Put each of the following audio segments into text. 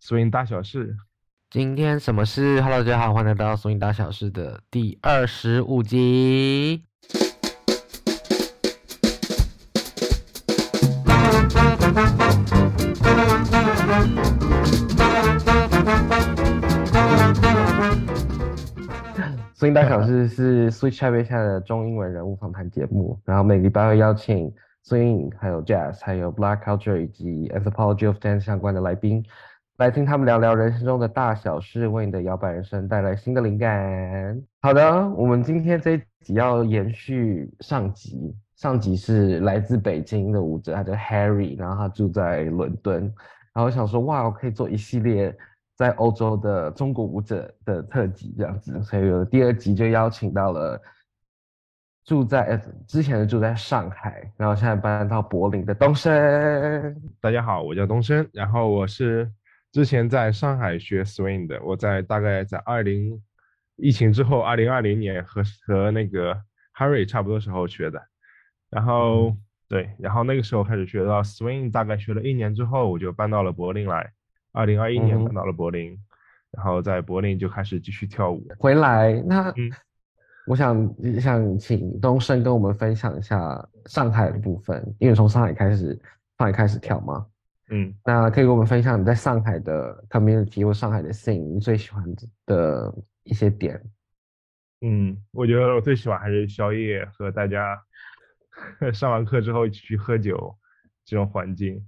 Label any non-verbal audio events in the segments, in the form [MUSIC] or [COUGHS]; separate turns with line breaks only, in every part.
索引大小事。
今天什么事？Hello，大家 [LAUGHS] 好，欢迎来到《索引大小事》的第二十五集。所以大小事是 Switch 下杯下的中英文人物访谈节目，然后每个礼拜会邀请 swing、还有 jazz、还有 black culture 以及 anthropology of dance 相关的来宾，来听他们聊聊人生中的大小事，为你的摇摆人生带来新的灵感。好的，我们今天这一集要延续上集，上集是来自北京的舞者，他叫 Harry，然后他住在伦敦，然后我想说哇，我可以做一系列。在欧洲的中国舞者的特辑这样子，所以有第二集就邀请到了住在呃之前是住在上海，然后现在搬到柏林的东升。
大家好，我叫东升，然后我是之前在上海学 swing 的，我在大概在二零疫情之后，二零二零年和和那个 Harry 差不多时候学的，然后、嗯、对，然后那个时候开始学到 swing，大概学了一年之后，我就搬到了柏林来。二零二一年搬到了柏林，嗯、然后在柏林就开始继续跳舞。
回来那，嗯、我想想请东升跟我们分享一下上海的部分，因为从上海开始，上海开始跳嘛。
嗯，
那可以给我们分享你在上海的 community 或上海的 scene 你最喜欢的一些点。
嗯，我觉得我最喜欢还是宵夜和大家 [LAUGHS] 上完课之后一起去喝酒这种环境。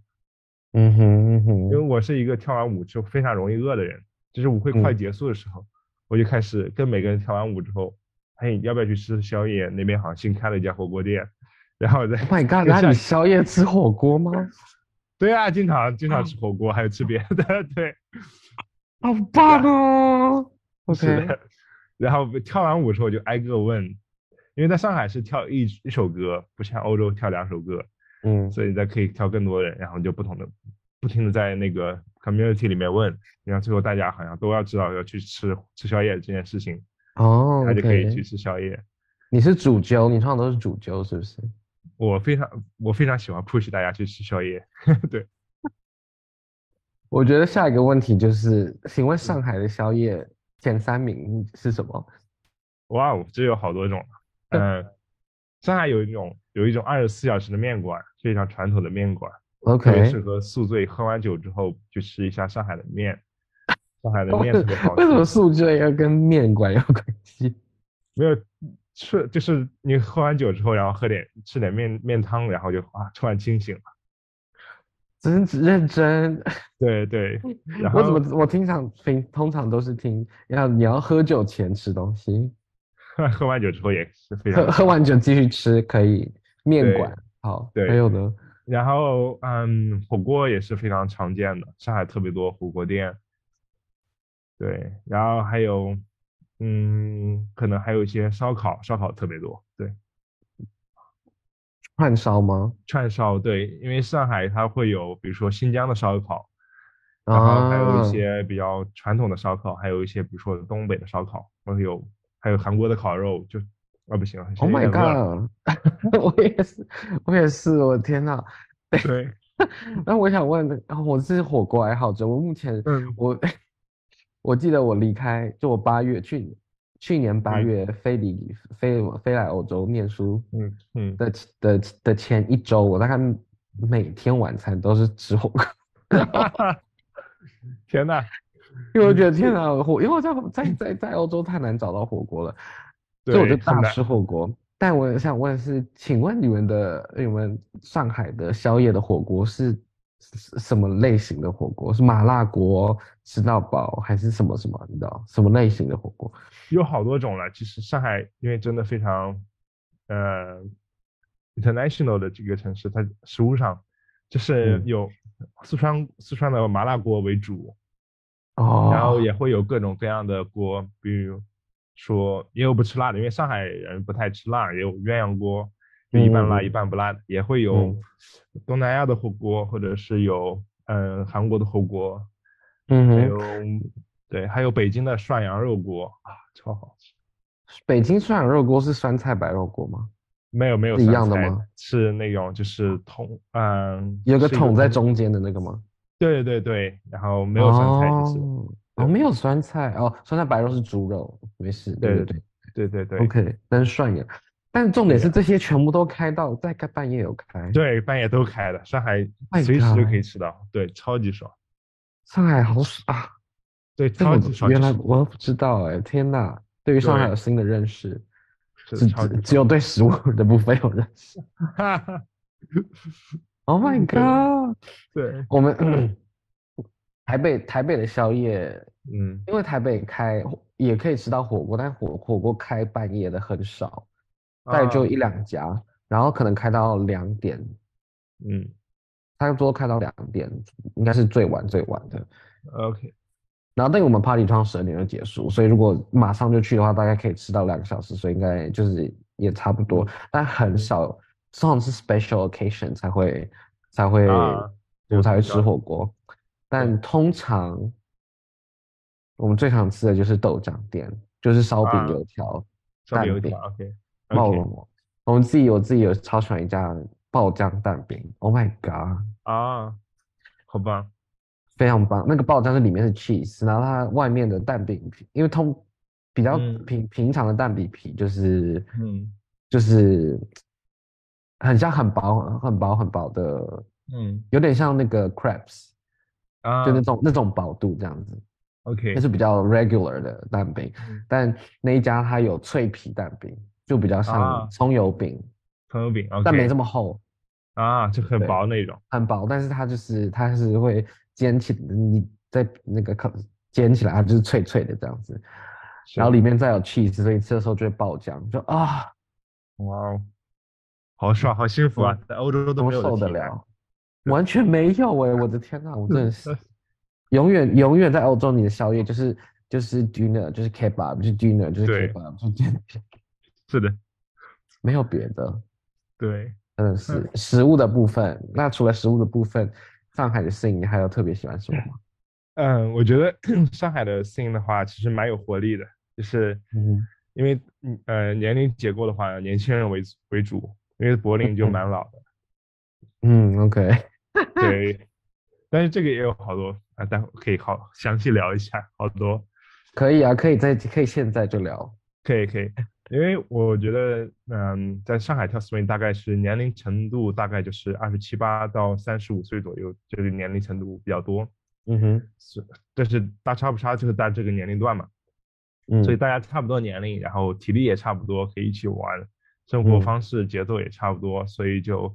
嗯哼嗯哼，
因为我是一个跳完舞就非常容易饿的人，就是舞会快结束的时候，嗯、我就开始跟每个人跳完舞之后，嘿，要不要去吃宵夜？那边好像新开了一家火锅店，然后再。[LAUGHS]
Oh my god！那你宵夜吃火锅吗？
对啊，经常经常吃火锅，还有吃别的， [LAUGHS] 对。
[LAUGHS] 好棒哦！OK。
然后跳完舞之后就挨个问，因为在上海是跳一一首歌，不像欧洲跳两首歌。
嗯，
所以再可以挑更多人，然后就不同的，不停的在那个 community 里面问，然后最后大家好像都要知道要去吃吃宵夜这件事情，
哦，
他就可以去吃宵夜。
你是主揪，你通常都是主揪是不是？
我非常我非常喜欢 push 大家去吃宵夜，对。
我觉得下一个问题就是，请
嗯
问上海的宵夜前三名是什么？
哇哦，这有好多种，嗯、呃。上海有一种有一种二十四小时的面馆，非常传统的面馆
，OK，
特别适合宿醉，喝完酒之后去吃一下上海的面。上海的面特别好吃。
哦 [LAUGHS] 为什么宿醉啊要跟面馆有关系？
没有吃，就是你喝完酒之后，然后喝点吃点面面汤，然后就啊突然清醒了。
真认真。
对对。然
嗯后我怎么我经常听通常都是听要你要喝酒前吃东西。
[LAUGHS] 喝完酒之后也是非常
喝喝完酒继续吃可以面馆好
啊对
还有呢，
然后嗯火锅也是非常常见的，上海特别多火锅店，对，然后还有嗯可能还有一些烧烤，烧烤特别多，对，
串烧吗？
串烧对，因为上海它会有比如说新疆的烧烤，然后还
啊
有一些比较传统的烧烤，还有一些比如说东北的烧烤，然后有。还有韩国的烤肉，就啊不行
，Oh my god！我 [LAUGHS] 也是，我也是，我天呐！
对，
那我想问，哦我是火锅爱好者，我目前，
嗯，
我 [LAUGHS] 我记得我离开，就我八月去去年八月飞离、嗯、飞飞来欧洲念书，
嗯嗯 [LAUGHS]
的的的前一周，我大概每天晚餐都是吃火锅。 [LAUGHS]
天呐！
因为我觉得天哪，火，因为我在在在在欧洲太难找到火锅了，所以我就大吃火锅。但我想问是，请问你们的你们上海的宵夜的火锅是什么类型的火锅？是麻辣锅吃到饱，还是什么什么？你知道什么类型的火锅？
有好多种了。其实上海因为真的非常呃 international 的这个城市，它食物上
嗯
就是有四川、嗯、四川的麻辣锅为主。
哦，
然后也会有各种各样的锅，比如说也有不吃辣的，因为上海人不太吃辣，也有鸳鸯锅，就一半辣
嗯
一半不辣的，也会有东南亚的火锅，或者是有嗯、呃、韩国的火锅，
嗯，
还有对，还有北京的涮羊肉锅啊，超好吃。
北京涮羊肉锅是酸菜白肉锅吗？
没有没有
是一样的吗？
是那种就是桶，嗯，
有个桶在中间的那个吗？
对对对，然后没有酸菜其实，
哦
对
哦，没有酸菜哦，酸菜白肉是猪肉，没事，对
对
对对
对对对
，OK，但是涮羊，但重点
对
是
呀
这些全部都开到在该半夜有开，，
对，半夜都开的，上海
My
随时都可
God
以吃到，对，超级爽，
上海好爽啊，
对，
这个
超
我
级爽，
原来
就是
我都不知道哎，天呐，对于上海
对
有新的认识，
是
只
超级
只只有对食物的部分有认识
爽，
，Oh my
[LAUGHS] 嗯对
god，
[LAUGHS] 对，
我们嗯台北台北的宵夜。
嗯，
因为台北开也可以吃到火锅，但火火锅开半夜的很少，大概就
啊
一两家，然后可能开到两点，
嗯
差不多开到两点，应该是最晚最晚的。
，OK，
然后，但我们 party 通常十二点就结束，所以如果马上就去的话，大概可以吃到两个小时，所以应该就是也差不
嗯
多，但很少，通常是 special occasion 才会才会
啊
我们才会
了
吃
解
火锅，但通常我们最常吃的就是豆浆店，就是烧饼、
啊
油条、
上面
蛋
有
饼
条，OK，
爆
OK
龙。我们自己我自己有超喜欢一家爆浆蛋饼，Oh my god！
啊，好棒，
非常棒。那个爆浆是里面是 cheese，然后它外面的蛋饼皮，因为通比较
嗯
平平常的蛋饼皮就是
嗯
就是很像很薄很薄很薄的，
嗯
有点像那个 crepes，
啊
就那种那种薄度这样子，
，OK，
就是比较 regular 的蛋饼。
嗯
但那一家它有脆皮蛋饼，就比较像
啊
葱油饼，
葱油饼，OK，
但没这么厚，
啊，就很
对
薄那种，
很薄，但是它就是它是会煎起，你在那个烤煎起来，它就是脆脆的这样子，然后
是
里面再有 cheese，所以吃的时候就会爆浆，就啊，
哇哦，好爽，好幸福啊，在欧洲
怎
都
么
没有的
嗯受得
体验
了？
对
完全没有哎、我的天呐，我真
[LAUGHS]
的是永远永远在欧洲，你的宵夜就是就是 dinner，就是 kebab，就是 dinner，就是
对
kebab，就是 dinner，
是的，
没有别的，
对，
真的是
嗯
食物的部分。那除了食物的部分，上海的摄影你还有特别喜欢什么吗？
嗯，我觉得 [CLEARS THROAT] 上海的 scene 的话，其实蛮有活力的，就是
嗯
因为 [LAUGHS] 嗯呃年龄结构的话，年轻人为主为主，因为柏林就
嗯
蛮老的，
[LAUGHS] 嗯，OK，
对，但是这个也有好多啊，待会可以好详细聊一下，好多。
可以啊，可以在可以现在就聊。
可以可以，因为我觉得，嗯，在上海跳 swing 大概是年龄程度大概就是二十七八到三十五岁左右，这个年龄程度比较多，
嗯哼，
是，但是大差不差就是在这个年龄段嘛，
嗯，
所以大家差不多年龄，然后体力也差不多，可以一起玩，生活
嗯
方式节奏也差不多，所以就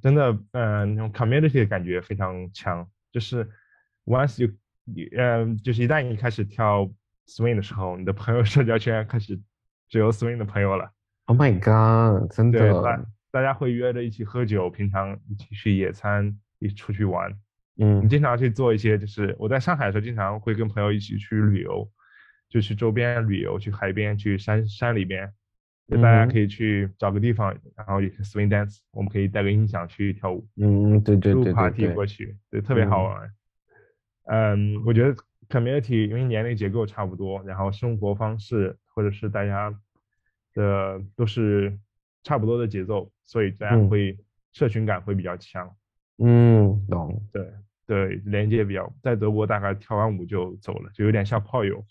真的，嗯，那种 community 的感觉非常强。就是 once you，你嗯，就是一旦你开始跳 swing 的时候，你的朋友 [LAUGHS] 社交圈开始只有 swing 的朋友了，
Oh my God，真
对，
的，
大大家会约着一起喝酒，平常一起去野餐，一起出去玩。
嗯
你经常去做一些，就是我在上海的时候，经常会跟朋友一起去旅游，就去周边旅游，去海边，去山山里边，就大
嗯
家
哼
可以去找个地方，然后也是 swing dance，我们可以带个音响去跳舞，
嗯，对对
路
对对
party
对
过，去，对，特别好
嗯
玩。嗯，我觉得 community 因为年龄结构差不多，然后生活方式或者是大家的都是差不多的节奏，所以大家
嗯
会社群感会比较强。
嗯，懂。
对对，连接比较，在德国大概跳完舞就走了，就有点像炮友，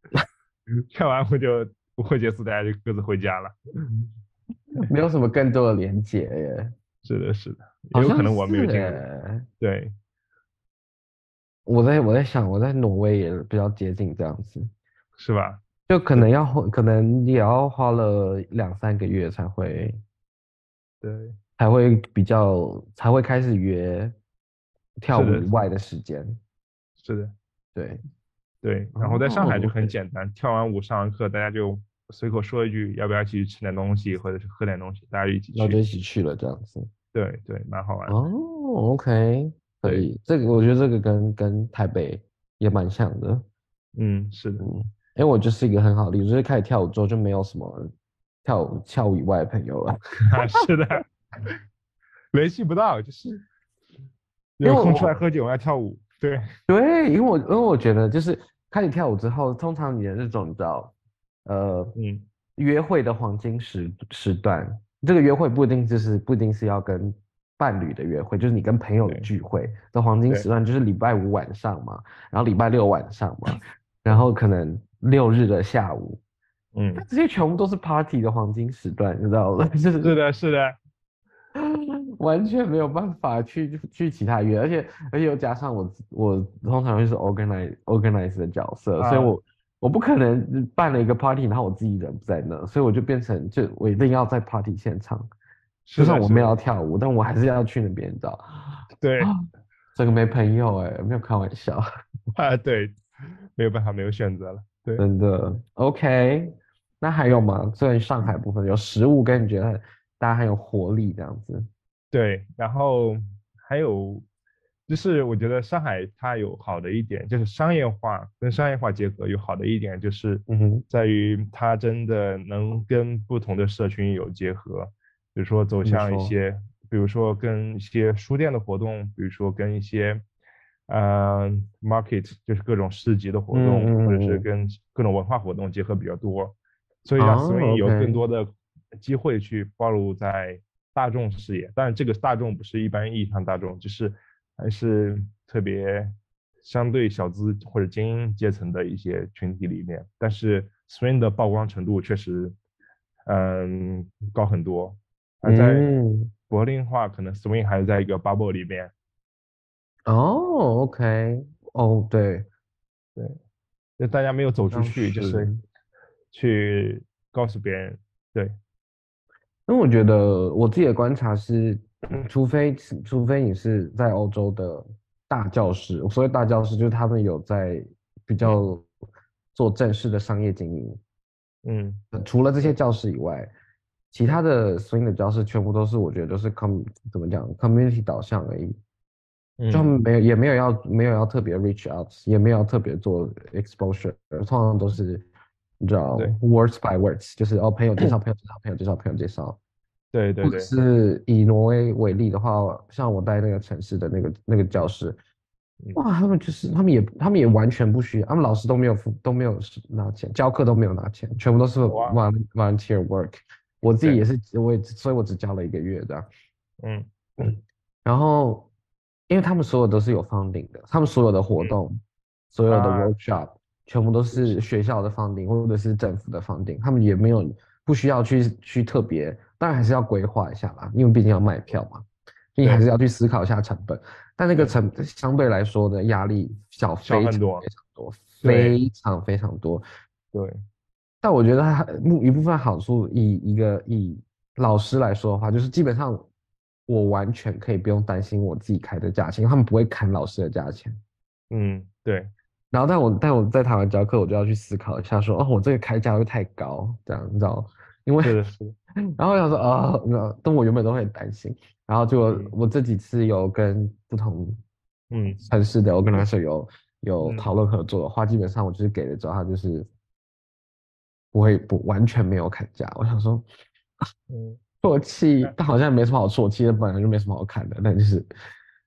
[LAUGHS] 跳完舞就舞会结束，大家就各自回家了。
没有什么更多的连结
[LAUGHS]
耶，
是的，是的，也
好
有可
像
能我没有
是
经
哎
历。
耶
对，
我在我在想，我在挪威也比较接近这样子，
是吧？
就可能要花，可能也要花了两三个月才会
对，
才会比较才会开始约跳
是
舞
的
以外的时间。
是的，
对，
对。然后在上海就
哦
很
，OK
简单，跳完舞上完课，大家就随口说一句要不要一起去吃点东西，或者是喝点东西，大家就一起
然后就一
去。
起去了这样子。
对对，蛮好玩的。
哦，OK，可
啊对
以，这个我觉得这个跟跟台北也蛮像的。
嗯，是的， [LAUGHS]
嗯，因为我就是一个很好的例子，就是开始跳舞之后就没有什么跳舞跳舞以外的朋友了。
是的，联系不到，就是
因为
有空
我
出来喝酒要跳舞。对，
对，因为我因为我觉得就是开始跳舞之后，通常你的这种你知道，呃，
嗯。
约会的黄金时时段，这个约会不一定就是不一定是要跟伴侣的约会，就是你跟朋友的
对
聚会的黄金
对
时段，就是礼拜五晚上嘛，然后礼拜六晚
[LAUGHS]
上嘛，然后可能六日的下午，
嗯，
这些全部都是 party 的黄金时段，你知道吗？ [LAUGHS] 就是
是的，是的，
完全没有办法去去其他约，而且而且又加上我我通常又是 organize organize 的角色，所以
啊
我我不可能办了一个 party，然后我自己人不在那，所以我就变成就我一定要在 party 现场，
是
就
的
算我
是
没
的
有要跳舞，但我还是要去那边，你知道？
对
啊这个没朋友哎、没有开玩笑，
啊，对，没有办法，没有选择了。对，
真的。OK，那还有吗？关于上海部分有食物跟你觉得大家很有活力这样子，
对，然后还有就是，我觉得上海它有好的一点，就是商业化跟商业化结合有好的一点，就是
嗯哼，
在于它真的能跟不同的社群有结合，比如说走
怎么
向一
说
些，比如说跟一些书店的活动，比如说跟一些。呃，market 就是各种市集的活
嗯
动，或者
嗯
是
嗯
跟各种文化活动结合比较多，所以让
哦
swing 有
，OK
更多的机会去暴露在大众视野。但这个大众不是一般意义上大众，就是还是特别相对小资或者精英阶层的一些群体里面。但是 swing 的曝光程度确实，嗯，高很多。而在
嗯。
柏林话，可能 swing 还是在一个 bubble 里面。
哦，OK，哦，对，
就大家没有走出
当
去，就
时
是去告诉别人，对，
因为我觉得我自己的观察是，嗯除非除非你是在欧洲的大教室，所谓大教室就是他们有在比较做正式的商业经营，
嗯，
呃除了这些教室以外，其他的 swing 的教室全部都是我觉得都是 com 怎么讲 community 导向而已，
嗯
就他们没有也没有要没有要特别 reach out，也没有要特别做 exposure，通常都是你知道
对
words by words，就是哦朋友
[CLEARS THROAT]
介绍朋友介绍朋友介绍朋友介绍，
对对
或者
对，
是以挪威为例的话，像我待那个城市的那个那个教室，
嗯
哇，他们就是他们也他们也完全不需要，他们老师都没有付都没有拿钱，教课都没有拿钱，全部都是
哇
volun- volunteer work。我自己
对
也是，我也所以我只教了一个月这样。
嗯
然后，因为他们所有都是有 funding 的，他们所有的活
嗯
动、所有的
啊
workshop 全部都是学校的 funding 或者是政府的 funding，他们也没有不需要去去特别，当然还是要规划一下啦，因为毕竟要卖票嘛，所以
对
还是要去思考一下成本。但那个成相对来说的压力小
小
非
很
常
多
非常多，
对
非常非常多。
对，
但我觉得它目一部分好处，以一个以老师来说的话，就是基本上我完全可以不用担心我自己开的价钱，因为他们不会砍老师的价钱。
嗯对，
然后，但我但我在台湾教课，我就要去思考一下说，哦，我这个开价会不会太高，这样你知道吗？因为
是的，是的，
然后我想说啊，那、但我原本都会很担心，然后就
嗯
我这几次有跟不同 [LAUGHS]
嗯
城市的 organizer 有有
嗯
讨论合作的话，基本上我就是给了之后，他就是不会不完全没有砍价。我想说
嗯
唾弃
嗯，
但好像没什么好唾弃的，本来就没什么好看的，但就是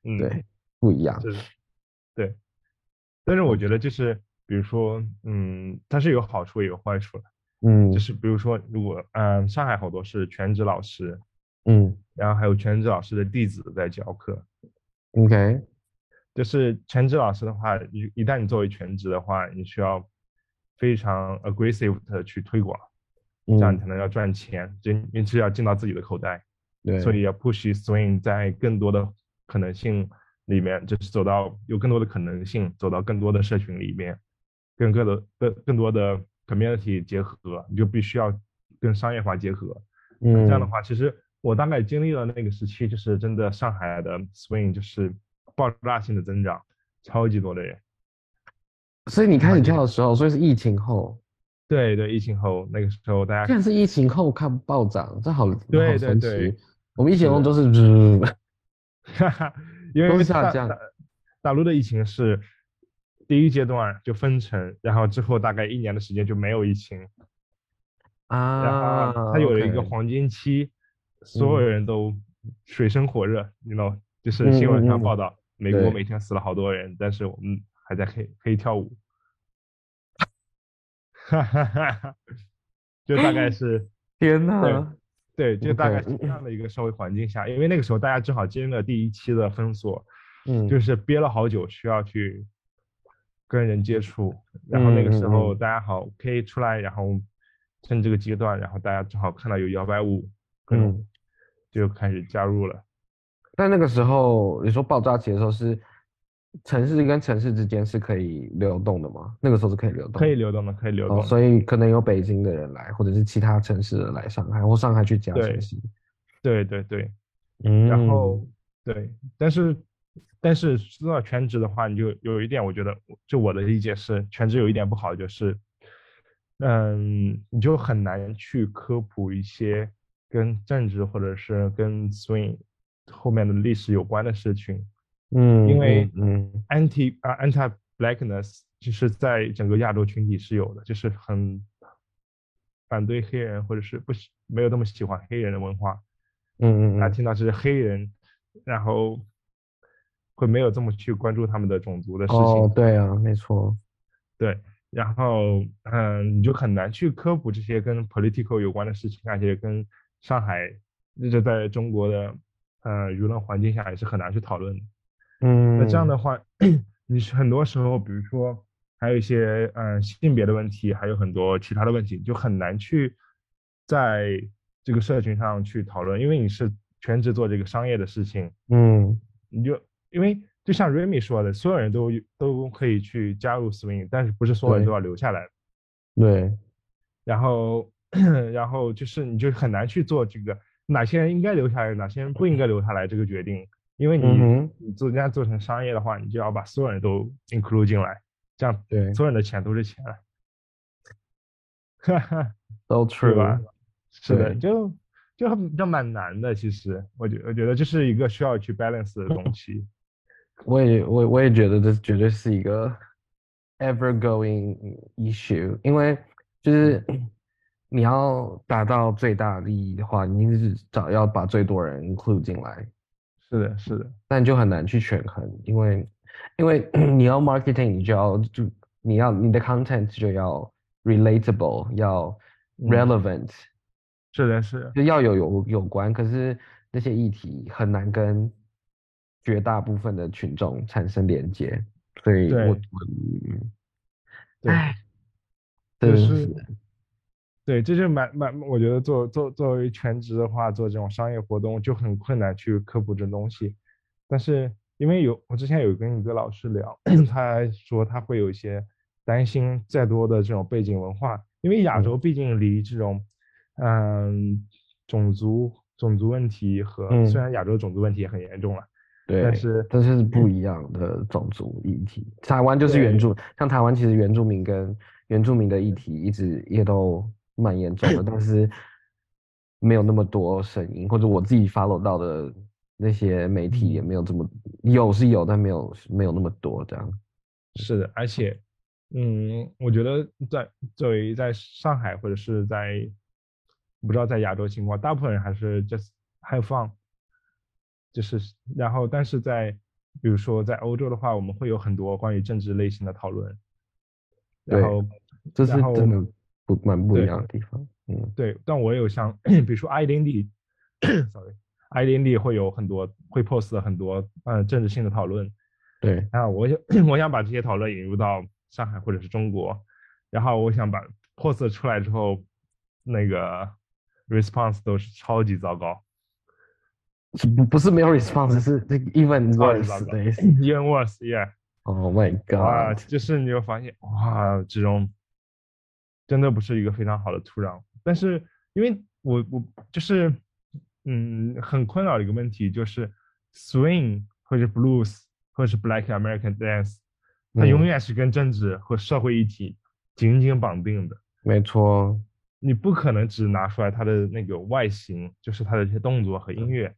嗯，
对不一样。
是的，对。但是我
嗯
觉得就是，比如说，嗯，它是有好处也有坏处的，
嗯
就是比如说，如果嗯、上海好多是全职老师，
嗯
然后还有全职老师的弟子在教课，
，OK，
就是全职老师的话，一一旦你作为全职的话，你需要非常 aggressive 的去推广，这样你
嗯
才能要赚钱，就你只要进到自己的口袋，
对，
所以要 push swing 在更多的可能性里面，就是走到有更多的可能性，走到更多的社群里面，跟各的更更多的 community 结合，你就必须要跟商业化结合，
嗯，
这样的话，其实我大概经历了那个时期，就是真的上海的 swing 就是爆炸性的增长，超级多的人。
所以你开始
环境
跳的时候，所以是疫情后，
对对，疫情后那个时候大
竟
家
然是疫情后看暴涨，这好
对
好
对
神
对
奇。我们疫情
是
后
的
都是，
哈哈， [LAUGHS] 因
都
为
下
大
降
大大陆的疫情是第一阶段就封城，然后之后大概一年的时间就没有疫情，
啊
然啊后它有了一个
OK 嗯
黄金期，所有人都水深火热，你 know，就是新闻
嗯嗯
上
嗯
报道，美国
对
每天死了好多人，但是我们还在黑黑跳舞， [LAUGHS] 哈哈哈哈，就大概是
天
对
呐，
对，就大概
OK
是这样的一个社会环境下，因为那个时候大家正好经历了第一期的封锁，
嗯，
就是憋了好久，需要去跟人接触。然后那个时候
嗯嗯
大家好可以出来，然后趁这个阶段，然后大家正好看到有摇摆舞，各种
嗯
就开始加入了。
但那个时候你说爆炸期的时候是城市跟城市之间是可以流动的吗？那个时候是可以流动的，
可以流动的，可以流动
哦，
的。
所以可能有北京的人来，或者是其他城市的人来上海，或上海去其他城
对
市。
对对对，
嗯
然后、对，但是但是说到全职的话，你就有一点，我觉得就我的理解是，全职有一点不好，就是，嗯，你就很难去科普一些跟政治或者是跟 swing 后面的历史有关的事情。
嗯，
因为
嗯嗯
anti 啊 anti blackness 就是在整个亚洲群体是有的，就是很反对黑人或者是不喜没有那么喜欢黑人的文化。
嗯嗯
大家
嗯
听到是黑人，然后会没有这么去关注他们的种族的事情。
哦，对啊，没错，
对，然后嗯，你就很难去科普这些跟 political 有关的事情，而且跟上海就在中国的呃舆论环境下也是很难去讨论的。
嗯，
那这样的话，你是很多时候，比如说还有一些呃性别的问题，还有很多其他的问题，就很难去在这个社群上去讨论，因为你是全职做这个商业的事情，
嗯
你就因为就像 Remy 说的，所有人都有都可以去加入 Swing，但是不是所有人
对
都要留下来。
对，
然后 [COUGHS] 然后就是你就很难去做这个哪些人应该留下来，哪些人不应该留下来这个决定，因为你、
嗯哼
你做人家做成商业的话，你就要把所有人都 include 进来，这样
对
所有人的钱都是钱了，啊哈哈，
都
对吧
true，？
[LAUGHS] 是的，
对
就就很就蛮难的，其实我觉我觉得这是一个需要去 balance 的东
[LAUGHS]
西，
我也我我也觉得这绝对是一个 ever going issue，因为就是你要达到最大利益的话，你一定是找要把最多人 include 进来，
是的，是的，
但就很难去权衡，因为因为 [CLEARS THROAT] 你要 marketing，你就要就你要你的 content 就要 relatable，要
嗯
relevant，
是的，是的，
就要有有有关，可是那些议题很难跟绝大部分的群众产生连接，所以我
对
我嗯
对。
唉，
就
真的
是对，这就蛮蛮，我觉得作作作为全职的话，做这种商业活动就很困难去科普这东西。但是因为有我之前有跟一个老师
[CLEARS THROAT]
聊，他说他会有一些担心再多的这种背景文化，因为亚
嗯
洲毕竟离这种嗯种族种族问题和虽
嗯
然亚洲种族问题也很严重了，
对，
但是嗯
但是不一样的种族议题。台湾就是原
对
住，像台湾其实原住民跟原住民的议题一直也都蛮严重的，但是没有那么多声音，或者我自己 follow 到的那些媒体
嗯
也没有这么有是有，但没有没有那么多这样。
是的，而且，嗯，我觉得在作为在上海或者是在，不知道在亚洲情况，大部分人还是 just have fun，就是然后，但是在比如说在欧洲的话，我们会有很多关于政治类型的讨论，然
对
后
这
然
是
后
真的不蛮不一
对
样的地方。嗯
对，但我有像 [CLEARS THROAT] 比如说 i d e n t y [COUGHS] sorry i d e n t y 会有很多会 post 很多呃政治性的讨论，
对，
啊，我想 [CLEARS THROAT] 我想把这些讨论引入到上海或者是中国，然后我想把 POS 出来之后，那个 response 都是超级糟糕
是不不是没有 response，是是 even
超级
worse
糟糕
[LAUGHS] 的意思。
，even worse，yeah，
Oh
[LAUGHS]
my
哇，
[LAUGHS] god！
就是你会发现，哇，这种真的不是一个非常好的土壤。但是因为我我就是嗯，很困扰的一个问题就是 swing 或者 blues 或者是 Black American dance，它
嗯
永远是跟政治和社会议题紧紧绑定的。
没错，
你不可能只拿出来它的那个外形，就是它的一些动作和音
嗯
乐，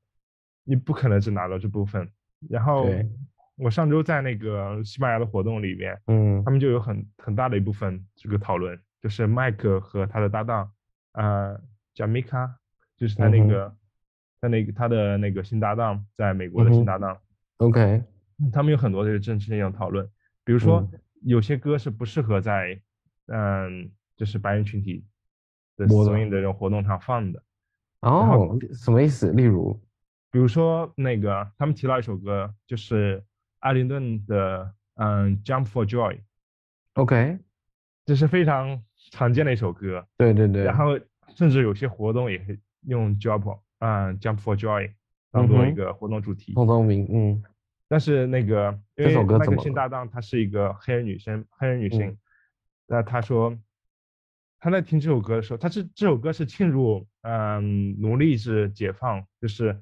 你不可能只拿到这部分。然后
对
我上周在那个西班牙的活动里面，
嗯
他们就有很很大的一部分这个讨论，就是麦克和他的搭档，呃，贾米卡，就是他那
嗯哼
个、他那个他的那个新搭档，在美国的新
嗯哼
搭档，
，OK，
他们有很多这个政治内容讨论，比如说
嗯
有些歌是不适合在嗯，就是白人群体的
播的
swing 的这种活动上放的，
哦，什么意思？例如，
比如说那个他们提到一首歌，就是艾灵顿的嗯《Jump for Joy》，
，OK，
这是非常常见的一首歌。
对对对，
然后甚至有些活动也是用 Jump 嗯 Jump for Joy 当做一
嗯哼
个活动主题。
彭宗明，嗯
但是那个因
这
为
首歌
麦
怎
克
么
辛
了
大当她是一个黑人女生，黑人女
嗯
性，那她说她在听这首歌的时候，她是这首歌是庆祝嗯奴隶制解放，就是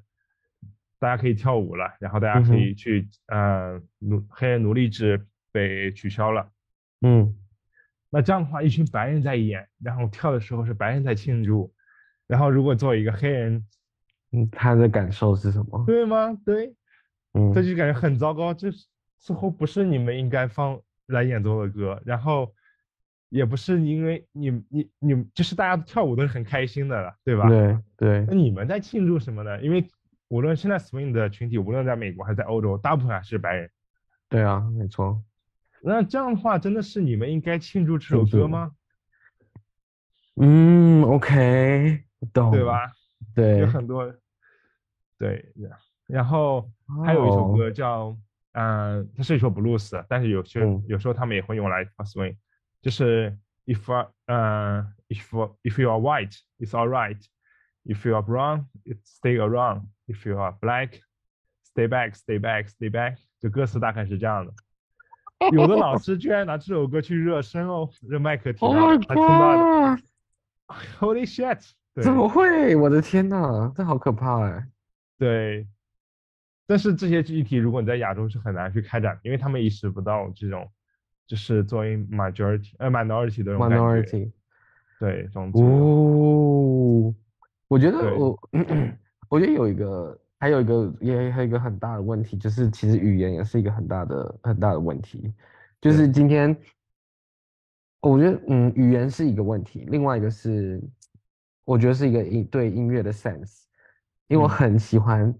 大家可以跳舞了，然后大家可以去嗯奴黑人奴隶制被取消了。
嗯
那这样的话，一群白人在演，然后跳的时候是白人在庆祝，然后如果作为一个黑人，
嗯，他的感受是什么？
对吗？对，
嗯
这就感觉很糟糕，这是似乎不是你们应该放来演奏的歌，然后也不是因为你你你，就是大家跳舞都是很开心的了，对吧？
对对
那，你们在庆祝什么呢？因为无论现在 swing 的群体，无论在美国还是在欧洲，大部分还是白人。
对啊，没错。
那这样的话，真的是你们应该庆祝这首
庆
歌
祝
吗？
嗯，OK，懂，
对？吧？
对
有，很多，对，然后还有一首
哦
歌叫，嗯、它是一首 blues，但是有些、
嗯
有时候他们也会用来 swing，就是 if I- 呃 if if you are white it's all right，if you are brown it stay around，if you are black stay back stay back stay back，就歌词大概是这样的。有的老师居然拿这首歌去热身哦，这麦克提
Oh
到
my
的，他听到的
god！
，Holy shit！对
怎么会？我的天呐，这好可怕哎！
对，但是这些议题如果你在亚洲是很难去开展的，因为他们意识不到这种，就是作为 majority 呃 minority 的这种感觉
Minority，
对种族，
哦，我觉
对
得我， [CLEARS THROAT] 我觉得有一个，还有一个，也还有一个很大的问题，就是其实语言也是一个很大的很大的问题。就
对
是今天，我觉得，嗯，语言是一个问题，另外一个是，我觉得是一个音对音乐的 sense，因为
嗯
我很喜欢，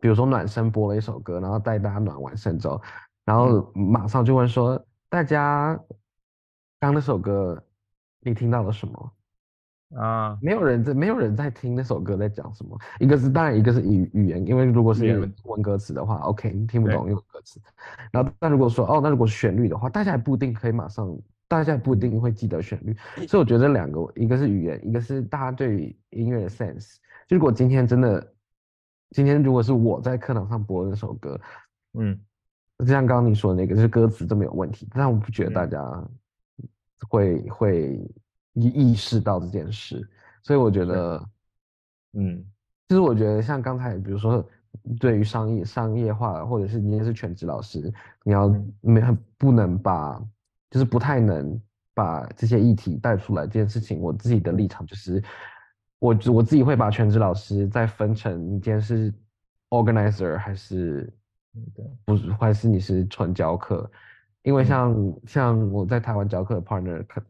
比如说暖身播了一首歌，然后带大家暖完身之后，然
嗯
后马上就问说，大家刚那首歌你听到了什么？
啊，
没有人在，没有人在听那首歌在讲什么。一个是当然，一个是语语言，因为如果
语言
是
问题
文歌词的话，OK，你听不
对
懂用歌词。然后，但如果说哦，那如果是旋律的话，大家也不一定可以马上，大家也不一定会记得旋律。所以我觉得这两个，一个是语言，一个是大家对于音乐的 sense。就如果今天真的，今天如果是我在课堂上播的那首歌，
嗯，
就像刚刚你说的那个，就是歌词这么有问题，但我不觉得大
嗯
家会会意意识到这件事，所以我觉得，
嗯，
其实我觉得像刚才，比如说对于商业商业化，或者是你也是全职老师，你要
嗯
没很不能把，就是不太能把这些议题带出来这件事情，我自己的立场就是，我我自己会把全职老师再分成，你今天是 organizer 还是
对，
不是，还是你是纯教课，因为
嗯
像像我在台湾教课的 partner 凯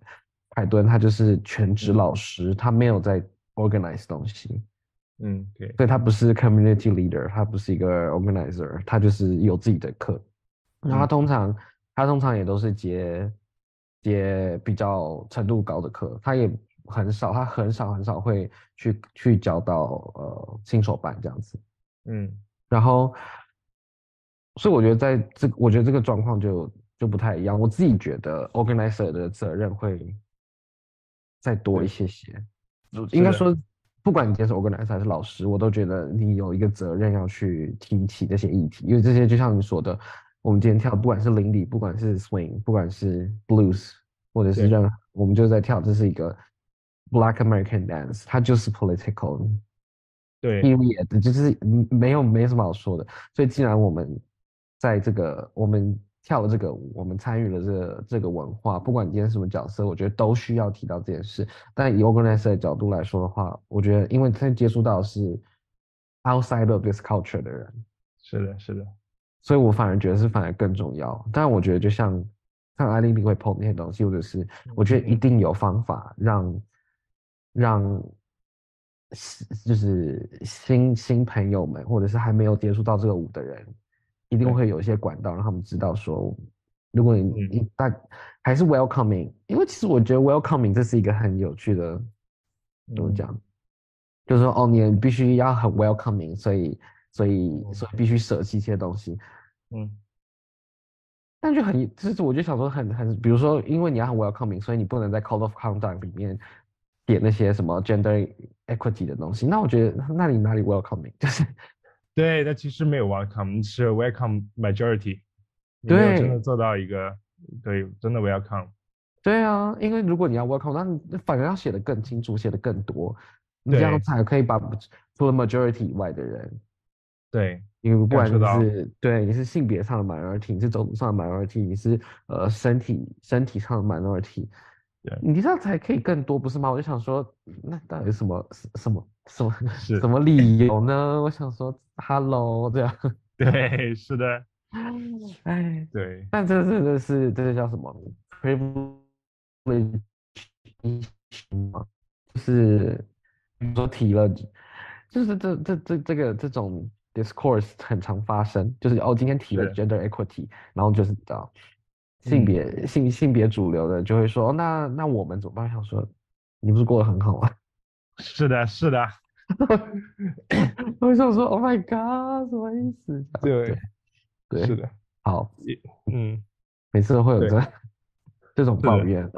凯顿，他就是全职
嗯
老师，他没有在 organize 东西，
嗯，对，
所以他不是 community leader，他不是一个 organizer，他就是有自己的课。然后他
嗯
通常他通常也都是接接比较程度高的课，他也很少，他很少很少会去去教到呃新手班这样子。
嗯，
然后，所以我觉得在这个，我觉得这个状况就就不太一样。我自己觉得 organizer 的责任会再多
对
一些些，就是应该
的
说，不管你今天是 organizer 还是老师，我都觉得你有一个责任要去提起这些议题，因为这些就像你说的，我们今天跳，不管是邻里，不管是 swing，不管是 blues，或者是
对
任何，我们就在跳，这是一个 Black American dance，它就是 political，
对，
因为也就是嗯没有没什么好说的。所以既然我们在这个我们跳了这个舞，我们参与了这个这个文化，不管你今天什么角色，我觉得都需要提到这件事。但以 organizer 的角度来说的话，我觉得因为他接触到的是 outside of this culture 的人，
是的，是的，
所以我反而觉得是反而更重要。但我觉得就像像艾丽丽会碰那些东西，或者是我觉得一定有方法让让新就是新新朋友们，或者是还没有接触到这个舞的人，一定
对
会有一些管道让他们知道说，如果你
嗯
你大还是 welcoming，因为其实我觉得 welcoming 这是一个很有趣的怎么
嗯
讲就是说哦，你必须要很 welcoming，所以所以
嗯
所以必须舍弃一些东西。
嗯
但就很，就是我就想说很很，比如说，因为你要很 welcoming，所以你不能在 code of conduct 里面点那些什么 gender equity 的东西。那我觉得那里哪里 welcoming，就是 [LAUGHS]
对，但其实没有 welcome，是 welcome majority，你没有真的
对
做到一个对真的 welcome。
对啊，因为如果你要 welcome，那你反而要写的更清楚，写的更多，你这样
对
才可以把除了 majority 以外的人，
对
因为不
感
管
受
你
到
是对你是性别上的 minority，你是种族上的 minority，你是呃身体身体上的 minority，
对
你这样才可以更多，不是吗？我就想说，那到底是什么什什么什么
是
什么理由呢？我想说，hello 这样，
对是的
哎，
对
但这真的是这个叫什么 privilege issue 吗？就是比如说提了，就是这这这这个这种 discourse 很常发生，就是哦，今天提了
是
gender equity，然后就是啊，性
嗯
别性性别主流的就会说，哦那那我们怎么办？我想说，你不是过得很好吗？ [LAUGHS]
是的是的
我想说，Oh my god，什么意思？这样
对
对
是
对，
的
好，
嗯
每次都会有
对
这 [LAUGHS] 这种
是
抱
的
怨，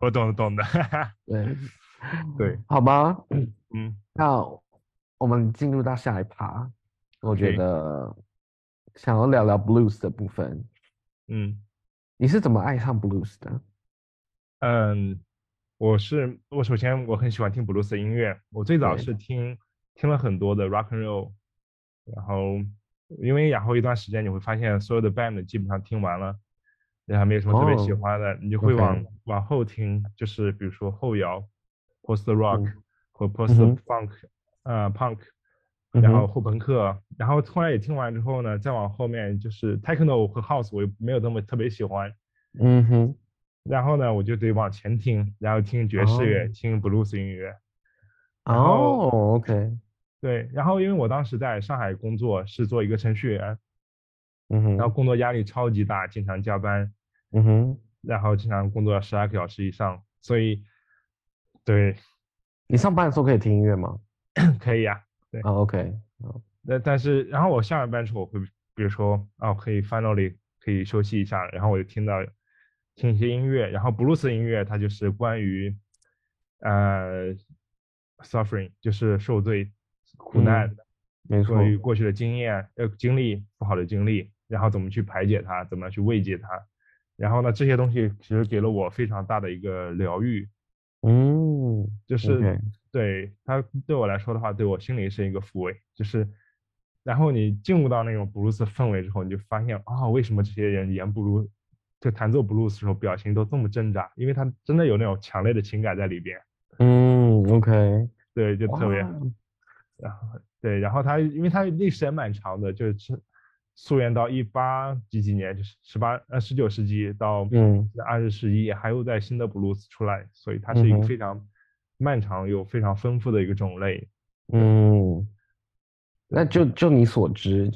我懂的懂的 [LAUGHS]
对
对
好吧，
嗯
那我们进入到下一趴，我觉
OK
得想要聊聊 blues 的部分。
嗯
你是怎么爱上 blues 的？
嗯，我是我首先我很喜欢听布鲁斯音乐，我最早
对
是听听了很多的 rock and roll，然后因为然后一段时间你会发现所有的 band 基本上听完了，然后没有什么特别喜
哦
欢的，你就会
OK
往往后听，就是比如说后摇、post rock
嗯
和
嗯
post
哼
funk，呃 punk，
嗯
然
哼
后后朋克，然后后来也听完之后呢，再往后面就是 techno 和 house 我也没有那么特别喜欢。
嗯哼，
然后呢，我就得往前听，然后听爵士乐，
哦
听布鲁斯音乐。然后
哦，OK，
对，然后因为我当时在上海工作，是做一个程序员，
嗯
然后
哼，
工作压力超级大，经常加班，
嗯哼，
然后经常工作十二个小时以上，所以对， [COUGHS]
你上班的时候可以听音乐吗？
可以呀、对，
啊，OK，好
那但是然后我下完班之后，我会比如说啊，可以 finally 可以休息一下，然后我就听到听一些音乐，然后布鲁斯音乐它就是关于呃 suffering，就是受罪、苦难
嗯没错，
关于过去的经验、呃经历、不好的经历，然后怎么去排解它，怎么去慰藉它。然后呢，这些东西其实给了我非常大的一个疗愈，
嗯
就是
，OK，
对它对我来说的话，对我心里是一个抚慰，就是，然后你进入到那种布鲁斯氛围之后，你就发现啊、为什么这些人演布鲁，就弹奏布鲁斯的时候表情都这么挣扎，因为他真的有那种强烈的情感在里边，
嗯，OK，
对，就特别
哇，
然后对，然后它因为它历史也蛮长的，就是溯源到一八几几年，就是十八呃十九世纪到
嗯
二十世纪，还有在新的布鲁斯出来，所以它是一
嗯
个
哼
非常漫长又非常丰富的一个种类。
嗯，那就就你所知，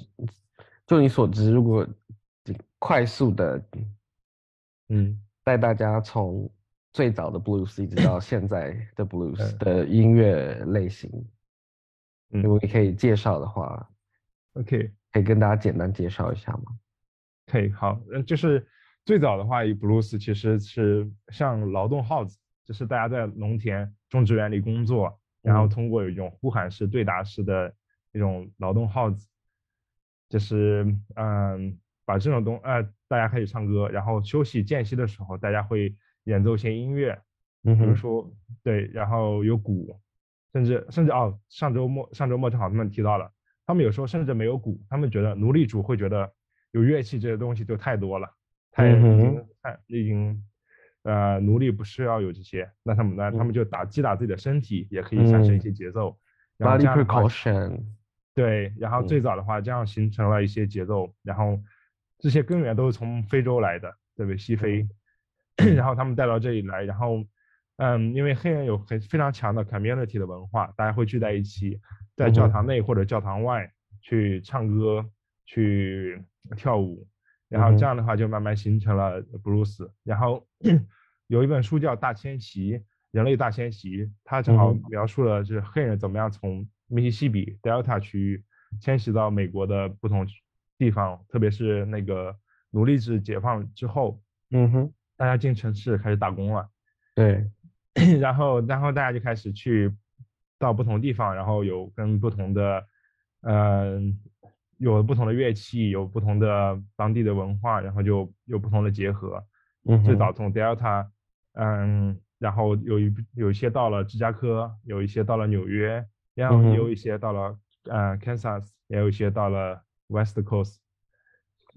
就你所知，如果快速的
嗯，
带大家从最早的 blues 一直
[COUGHS]
到现在的 blues
嗯
的音乐类型，
嗯
如果你可以介绍的话，
OK，
可以跟大家简单介绍一下吗？
可以，好，嗯，就是最早的话，以布鲁斯其实是像劳动号子，就是大家在农田、种植园里工作，然后
嗯
通过有一种呼喊式、对答式的那种劳动号子，就是嗯，把这种东呃，大家开始唱歌，然后休息间隙的时候，大家会演奏一些音乐，
嗯
比如
哼，
说对，然后有鼓，甚至甚至哦，上周末上周末正好他们提到了，他们有时候甚至没有鼓，他们觉得奴隶主会觉得有乐器这些东西就太多了，太已
嗯
经太已经呃奴隶不需要有这些，那他们呢，他们就打击打自己的身体，也可以产生一
嗯
些节奏，然后
Body
这样的话
percussion，
对，然后
嗯
最早的话，这样形成了一些节奏，然后这些根源都是从非洲来的，对不对？
嗯
西非， [CLEARS THROAT] 然后他们带到这里来，然后，嗯，因为黑人有很非常强的 community 的文化，大家会聚在一起，在教
嗯哼
堂内或者教堂外去唱歌、去跳舞，然后
嗯哼
这样的 [CLEARS THROAT] 话就慢慢形成了布鲁斯。然后有一本书叫《大迁徙》，人类大迁徙》，它正好
嗯
描述了就是黑人怎么样从密西西比 Delta 区域迁徙到美国的不同地方，特别是那个奴隶制解放之后，
嗯哼，
大家进城市开始打工了， [COUGHS]
对，
然后然后大家就开始去到不同地方，然后有跟不同的，嗯、有不同的乐器，有不同的当地的文化，然后就有不同的结合。
嗯
最
哼
早从 Delta，嗯，然后有一有一些到了芝加哥，有一些到了纽约，然后
嗯哼
也有一些到了呃 Kansas，也有一些到了 West Coast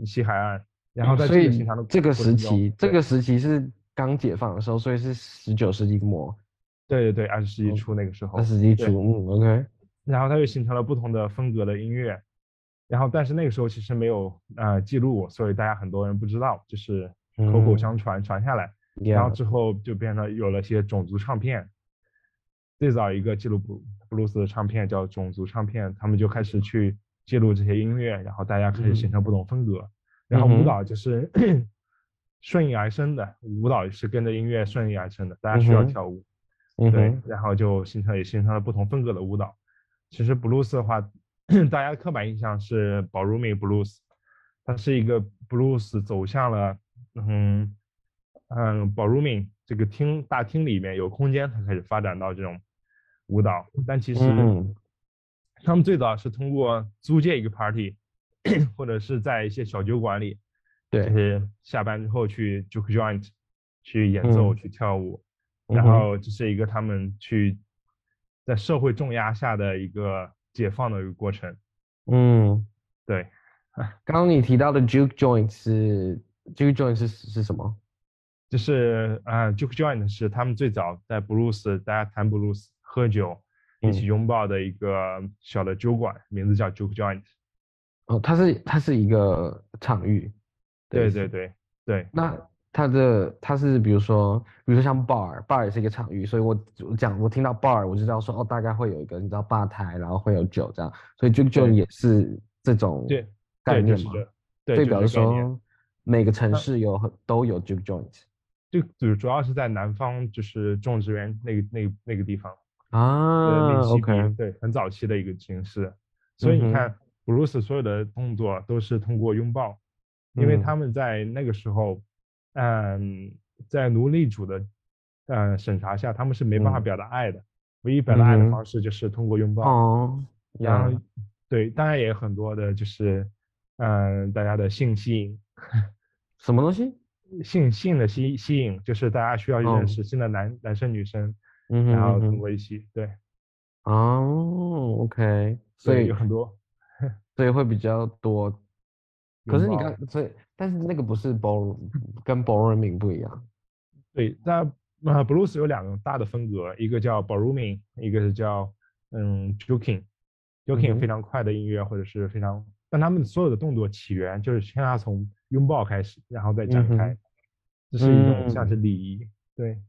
西海岸。然后在
嗯所
这个
以
形成的
这个
过
时
程中
期，这
对
个时期是刚解放的时候，所以是十九世纪末、
对对对，二十世纪
嗯
初那个时候
二，十世纪
对
初，嗯，OK，
然后它就形成了不同的风格的音乐。然后，但是那个时候其实没有呃记录，所以大家很多人不知道，就是口口
嗯
相传传下来。然后
，Yeah，
之后就变成有了些种族唱片。最早一个记录布布鲁斯的唱片叫种族唱片，他们就开始去记录这些音乐，然后大家开始形成不同风格。然后
嗯
舞
哼
蹈就是 [COUGHS] 顺应而生的，舞蹈也是跟着音乐顺应而生的，大家需要
嗯哼
跳舞，
嗯
对
哼，，
然后就形成也形成了不同风格的舞蹈。其实布鲁斯的话，大家的刻板印象是 ballroom blues，它是一个 blues 走向了，嗯嗯，ballroom 这个厅大厅里面有空间，它开始发展到这种舞蹈。但其实
嗯
他们最早是通过租借一个 party，或者是在一些小酒馆里，就
对，
是下班之后去 juke joint 去演奏、
嗯
去跳舞，然
嗯哼
后这是一个他们去在社会重压下的一个解放的一个过程。
嗯，
对，
刚刚你提到的 juke joint 是 juke joint 是是什么？
就是啊、呃、，juke joint 是他们最早在 blues 大家弹 blues 喝酒一起
嗯
拥抱的一个小的酒馆，名字叫 juke joint。
哦，它是它是一个场域的意
对
思，
对对对
那它的它是比如说，比如说像 bar bar 也是一个场域，所以我我讲我听到 bar 我就知道说哦，大概会有一个你知道吧台，然后会有酒这样，所以就就
对
也是这种
对对，
概
就
念
是
嘛，
这，对，
所以
就
表
是
示
这个概念
说每个城
那
市有很都有 juke joint
就主主要是在南方，就是种植园那个那个那个地方。呃，
啊
密西比
，OK，
对，很早期的一个形式。所以
嗯
你
哼
看，布鲁斯所有的动作都是通过拥抱，因为
嗯
他们在那个时候，嗯，在奴隶主的呃审查下，他们是没办法
嗯
表达爱的，唯一表达爱的
嗯哼
方式就是通过拥抱。
哦，
然后
yeah，
对，当然也有很多的就是，嗯、大家的性吸引。
什么东西？
性性的吸吸引，就是大家需要去
哦
认识新的男、男生女生，
嗯哼
然后
嗯
通
哼
过一起对，
哦，OK，所
对
以
有很多
所以会比较
[LAUGHS]
多。可
拥
是你
抱
刚，所以但是那个不是 ballroom，跟 ballrooming 不一样。
对，那呃，blues 有两个大的风格，一个叫 ballrooming，一个是叫嗯 juking，juking
嗯
非
哼
常快的音乐或者是非常，但他们所有的动作起源就是先要从拥抱开始，然后再展
嗯哼
开，这是一种像
嗯
是礼仪，对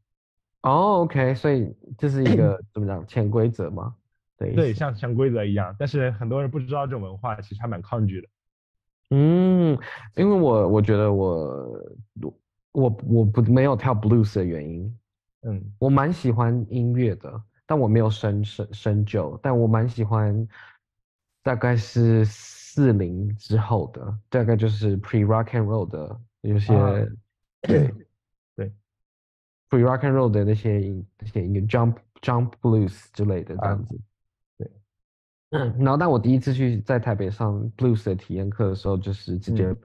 哦，OK，所以这是
[CLEARS THROAT]
一个怎么讲潜规则吗？对
对，像像规则一样，但是很多人不知道这种文化，其实还蛮抗拒的，
嗯，因为我我觉得我我我我不没有跳 blues 的原因，
嗯
我蛮喜欢音乐的，但我没有深深深究，但我蛮喜欢，大概是四零之后的，大概就是 pre rock and roll 的有些，对
啊对
，pre rock and roll 的那些音那些音乐，jump jump blues 之类的这
啊
样子。
对，
[CLEARS THROAT] 然后但我第一次去在台北上 blues 的体验课的时候，就是直
嗯
接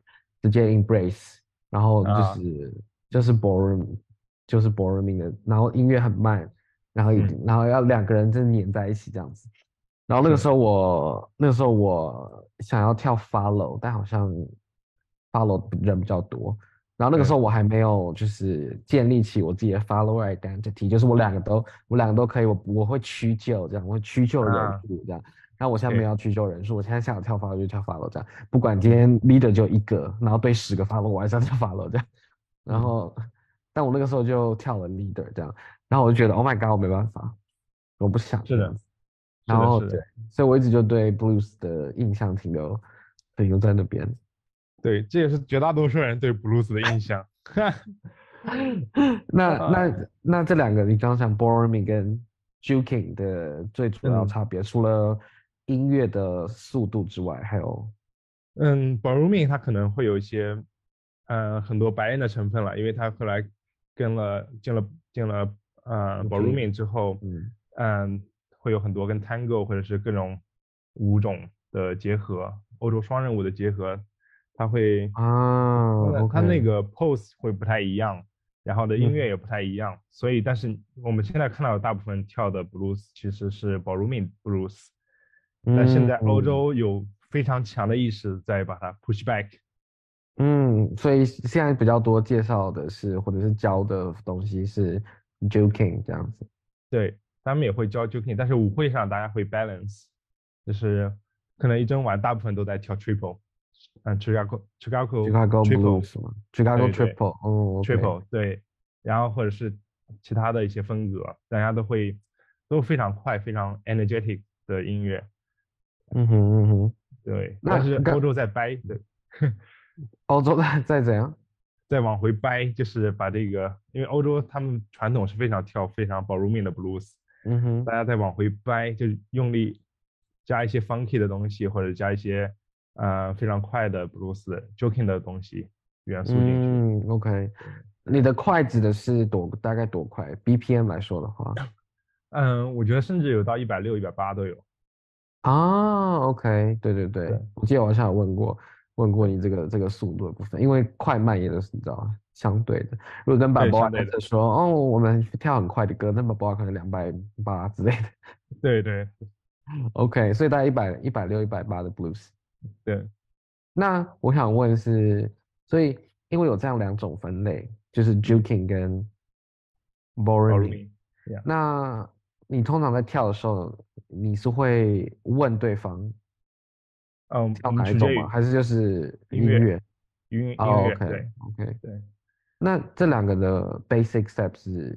直接 embrace，然后就
啊
是就是 ballroom 就是 ballrooming 的，然后音乐很慢，然后一
嗯
然后要两个人真的黏在一起这样子。然后那个
是
时候我那个时候我想要跳 follow，但好像 follow 人比较多。然后那个时候我还没有就是建立起我自己的 follower identity，就是我两个都我两个都可以，我我会屈就这样，我会屈就人
啊
数这样。然后我现在没
OK
有要屈就人数，我现在想跳 follow 就跳 follow 这样，不管今天 leader 就一个，然后对十个 follow 我还是要跳 follow 这样。然
嗯
后，但我那个时候就跳了 leader 这样，然后我就觉得 Oh my God，我没办法，我不想
是
这
的
样子。
是
然
的
后
是的
哦对，所以我一直就对 blues 的印象停留停留在那边。
对，这也是绝大多数人对 blues 的印象。 [LAUGHS]
那
啊
那那这两个，你刚刚讲 Boromir 跟 Juking 的最主要
嗯
差别，除了音乐的速度之外，还有
嗯，Boromir 他可能会有一些，呃，很多白人的成分了，因为他后来跟了见了见了呃
嗯
Boromir 之后，
嗯
嗯，会有很多跟 Tango 或者是各种舞种的结合，欧洲双人舞的结合，他会
啊
那他那
，OK
个 pose 会不太一样，然后的音
嗯
乐也不太一样，所以但是我们现在看到的大部分跳的 blues 其实是 Boromir blues，但现在欧
嗯
洲有非常强的意识在把它 push back。
嗯，所以现在比较多介绍的是，或者是教的东西是 Juking 这样子。
对，他们也会教 juking，但是舞会上大家会 balance，就是可能一整晚大部分都在跳 triple，嗯，Chicago Chicago
Chicago
triple
Blues 嘛，Chicago
对对
Triple，哦，OK
triple 对，然后或者是其他的一些风格，大家都会都非常快、非常 energetic 的音乐，
嗯哼嗯哼，
对。
那
但是
刚
欧洲在掰，对，
欧洲在在怎样？
再往回掰，就是把这个，因为欧洲他们传统是非常跳非常 Boromir 的 blues，
嗯哼
大，家再往回掰，就是用力加一些 funky 的东西，或者加一些呃非常快的 blues joking 的东西元素进去。
嗯，OK，你的快指的是多大概多快？BPM 来说的话，
嗯，我觉得甚至有到一百六、一百八都有。
啊，OK，对对对，
对
我记得我好像有问过问过你这个这个速度的部分，因为快慢也都是你知道相对的。如果跟
对
Barbour
相对的
说哦，我们跳很快的歌，那 Barbour 可能两百八之类的。
对对
OK，所以大概一百一百六一百八的 blues。
对，
那我想问是，所以因为有这样两种分类，就是
嗯
juking 跟 Boromir。
Boromir
那你通常在跳的时候，你是会问对方
嗯，
跳
我们
哪一
取
种
决于
吗？还是就是
音
音
乐
乐？
音音
哦
乐
，OK
对
OK，
对。
那这两个的 basic step 是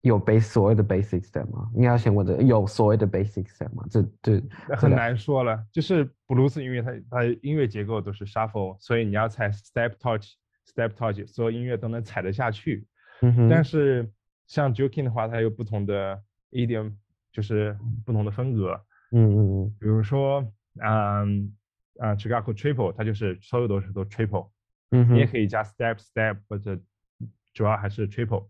有 base 所谓的 basic step 吗？应该要先问的有所谓的 basic step 吗？这这
那
这
很
两
难说了。就是布鲁斯音乐它，它音乐结构都是 shuffle，所以你要踩 step touch、step touch，所有音乐都能踩得下去。
嗯哼，
但是像 joking 的话，它有不同的 idiom，就是不同的风格。
嗯嗯嗯
比如说，嗯啊，Chicago triple，它就是所有都是都 triple，、
嗯
你也
哼
可以加 step step，或者主要还是 triple。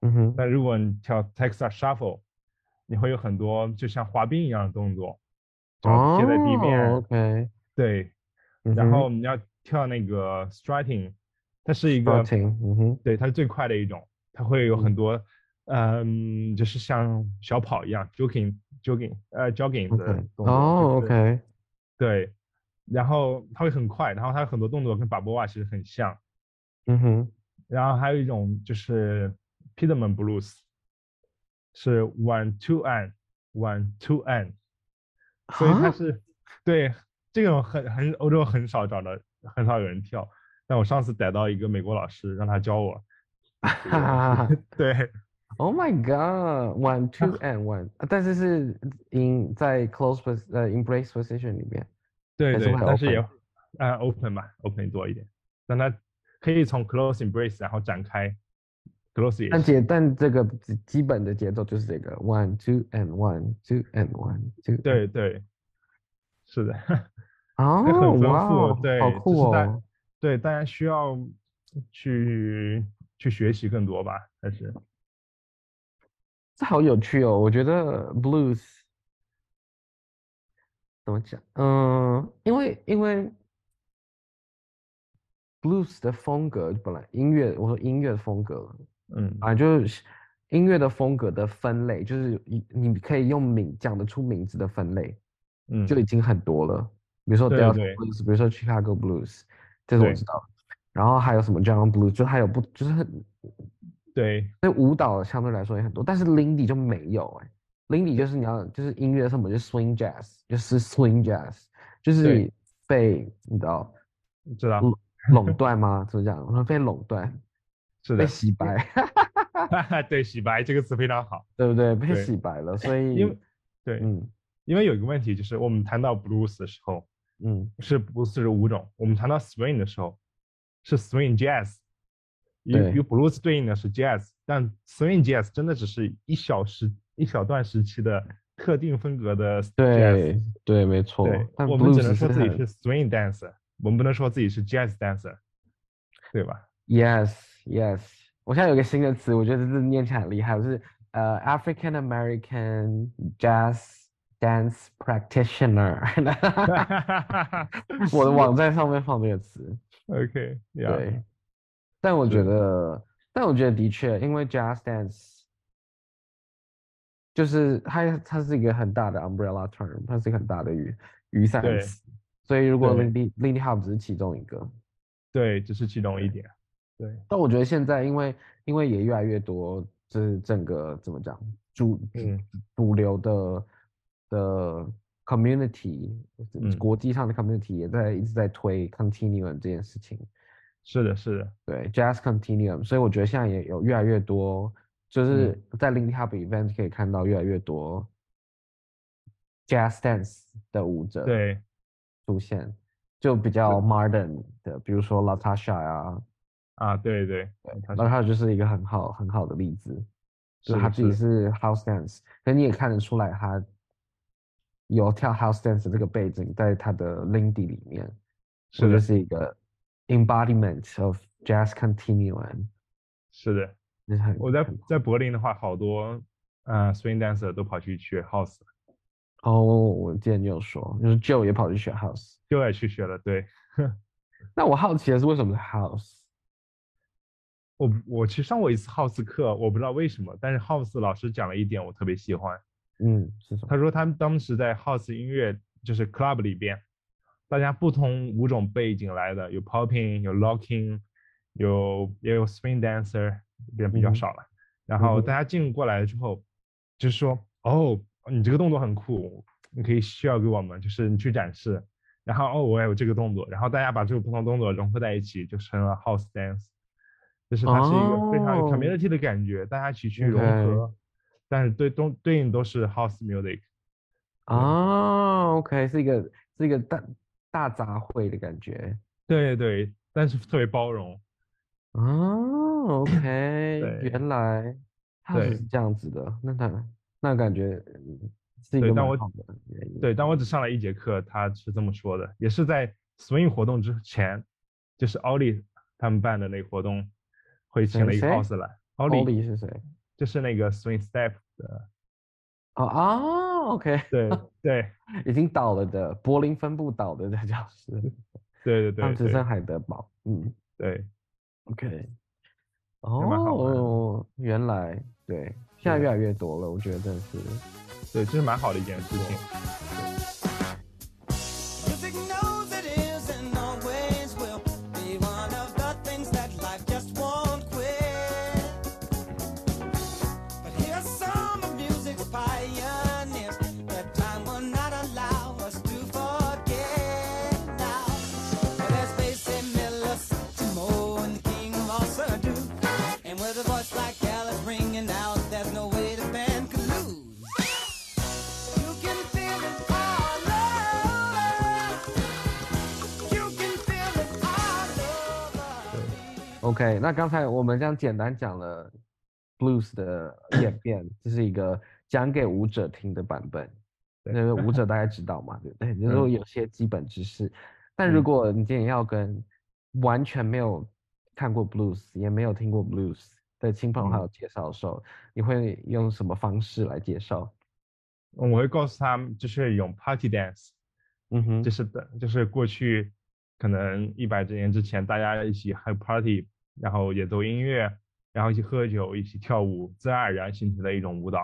嗯哼
但如果你跳 Texas shuffle，你会有很多就像滑冰一样的动作，脚贴在地面，
哦，OK，
对，
嗯
然
哼
后你要跳那个 strutting，它是一个
Strutting，嗯哼
对，它是最快的一种，它会有
嗯
很多，嗯，就是像小跑一样 jogging jogging 呃 jogging 的
OK，
动作，
哦
就是
，OK，
对，然后它会很快，然后它有很多动作跟 b a b o a 其实很像，
嗯哼，
然后还有一种就是 Piedmont blues，是 one two and one two and，所以它
哈
是对这种很很欧洲很少找到，很少有人跳。但我上次逮到一个美国老师，让他教我。这
哈哈哈
个 [LAUGHS] 对
[LAUGHS] Oh my God, one, two, and one，啊但是是 in 在 close pos 呃 embrace position 里面。
对
哎还是
对，
会
但是也
open
啊、open 吧，open 多一点，让他可以从 close embrace 然后展开 close 也
但
行
节但这个基基本的节奏就是这个 one, two, and one, two, and one, two and。
对对，是的。
哦，
很丰富
哇哦，
对
好
只
酷
是在
哦。
对，大家需要去去学习更多吧，还是
这好有趣哦！我觉得 blues 怎么讲？嗯，因为因为 blues 的风格本来音乐，我说音乐的风格
嗯，
啊，就是音乐的风格的分类，就是你你可以用名讲得出名字的分类，
嗯，
就已经很多了。比如说
对
Delta
对
Blues，比如说 Chicago Blues，这是我
对
知道的。然后还有什么 John Blues，就还有不就是很
对
对舞蹈相对来说也很多，但是 Lindy 就没有哎、Lindy 就是你要就是音乐什么就是 swing jazz，就是 swing jazz，就是
对
被你知道
知道
嗯垄断吗？怎么讲？我说被垄断，
[LAUGHS] 是
被
的，
洗白， [LAUGHS] 哎
[LAUGHS] 对洗白这个词非常好，
对不对？被
对
洗白了，所以
因为对，
嗯
因为有一个问题就是我们谈到 blues 的时候
嗯
是 blues 是五种，我们谈到 swing 的时候是 swing jazz，与
对
与 blues 对应的是 jazz，但 swing jazz 真的只是一小时一小段时期的特定风格的 jazz。
对对，没错。
对，
哦但
我们只
blues
能说
是
自己
很
是 swing dancer，我们不能说自己是 jazz dancer，对吧？ [LAUGHS]
Yes, yes。我现在有个新的词，我觉得这字念起来很厉害，就是呃、African American Jazz Dance Practitioner 。我的网站上面放这个词，
[LAUGHS] OK，呀 [LAUGHS]
对。但我觉
是
得，但我觉得的确，因为 Jazz Dance 就是它，它是一个很大的 umbrella term，它是一个很大的雨雨伞
对
词。所以如果
对
Lindy Lindy Hop 只是其中一个，
对，只是其中一点。对，
但我觉得现在因为因为也越来越多，就是整个怎么讲主主
嗯
主流的的 community，
嗯
国际上的 community 也在一直在推 continuum 这件事情，
是的，是的，
对 jazz continuum，所以我觉得现在也有越来越多，就是
嗯
在 Lindy Hop event 可以看到越来越多 jazz dance 的舞者
对，
出现，就比较 modern 的，比如说 Latasha 啊。
啊，对对，他
然后他就是一个很好很好的例子，就是他
的
自己
是
是 house dance，可你也看得出来他有跳 house dance 的这个背景在他的 Lindy 里面，
是
就
的，
是一个 embodiment of jazz continuum，
是的。
就是很
我在
很
在柏林的话，好多呃 swing dancer 都跑去学 house，了
哦，我之前就有说，就是 Joe 也跑去学 house，
就也去学了。对
那我好奇的是为什么是 house？
我不，我去上过一次 house 课，我不知道为什么，但是 house 老师讲了一点我特别喜欢，
嗯，是什么？
他说他们当时在 house 音乐就是 club 里边，大家不同舞种背景来的，有 popping，有 locking，有也有 swing dancer，人比
嗯
较
哼
少了。然
嗯
后
哼
大家进过来之后，就说哦，你这个动作很酷，你可以 share 给我们，就是你去展示。然后哦，我也有这个动作，然后大家把这个不同动作融合在一起，就成了 house dance。就是它是一个非常有
哦
community 的感觉，大家一起去融
OK
合，但是对东对应都是 house music。
啊，OK，是一个是一个大大杂烩的感觉
对对，但是特别包容。
啊，OK，
对
原来 house
对
是这样子的，那他那感觉嗯是一
对
个
但
蛮
我
好的原因
对，但我只上了一节课，他是这么说的，也是在 swing 活动之前，就是奥利他们办的那个活动，会请
谁
了一个
谁
house 来。奥
奥
利
利是谁？
就是那个 swing step 的，
哦啊，OK， [LAUGHS]
对对
已经倒了的柏林分部倒了的教室，
对对
他
嗯对
们只
对
剩海德堡，嗯
对，
，OK，
蛮好玩的
哦，原来对，现在
是
越来越多了，我觉得真的是。
对，这是蛮好的一件事情。
Music knows it is and always will be one of the things that life just won't quit. But here's some of music's pioneers that time will not allow us to forget now. But as Basie Miller, Timo, and the King of all Surdu, and with a voice like Alice ringing out, there's no way the band could lose. You can feel it all over. You can feel it all over.
OK，那刚才我们这样简单讲了
[COUGHS]
blues 的演变，这是一个讲给舞者听的版本。
对
那个舞者大概知道嘛，对不
[LAUGHS]
对？就是说有些基本知识。但
嗯
如果你今天要跟完全没有看过 blues，也没有听过 blues 的亲朋
嗯
好友介绍的时候，你会用什么方式来介绍？
我会告诉他们，就是用 party dance，
嗯哼
就，是的，就是过去可能一百年之前，大家一起还 party，然后演奏音乐，然后一起喝酒，一起跳舞，自然而然形成的一种舞蹈。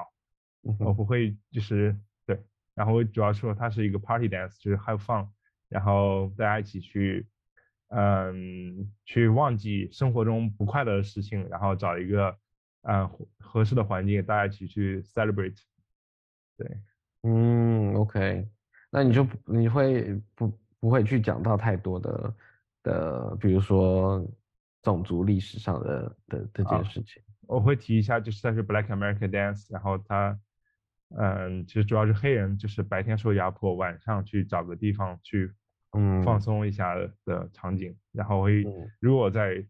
嗯
我
哼
不会就是对，然后我主要说它是一个 party dance，就是 have fun，然后大家一起去，嗯，去忘记生活中不快乐的事情，然后找一个嗯合合适的环境，大家一起去 celebrate。对，
嗯，OK，那你就不你会不不会去讲到太多的的，比如说种族历史上的的这
啊
件事情。
我会提一下，就是它是 Black American dance，然后它，嗯，其实主要是黑人，就是白天受压迫，晚上去找个地方去
嗯
放松一下的场景，然后会
嗯
如果在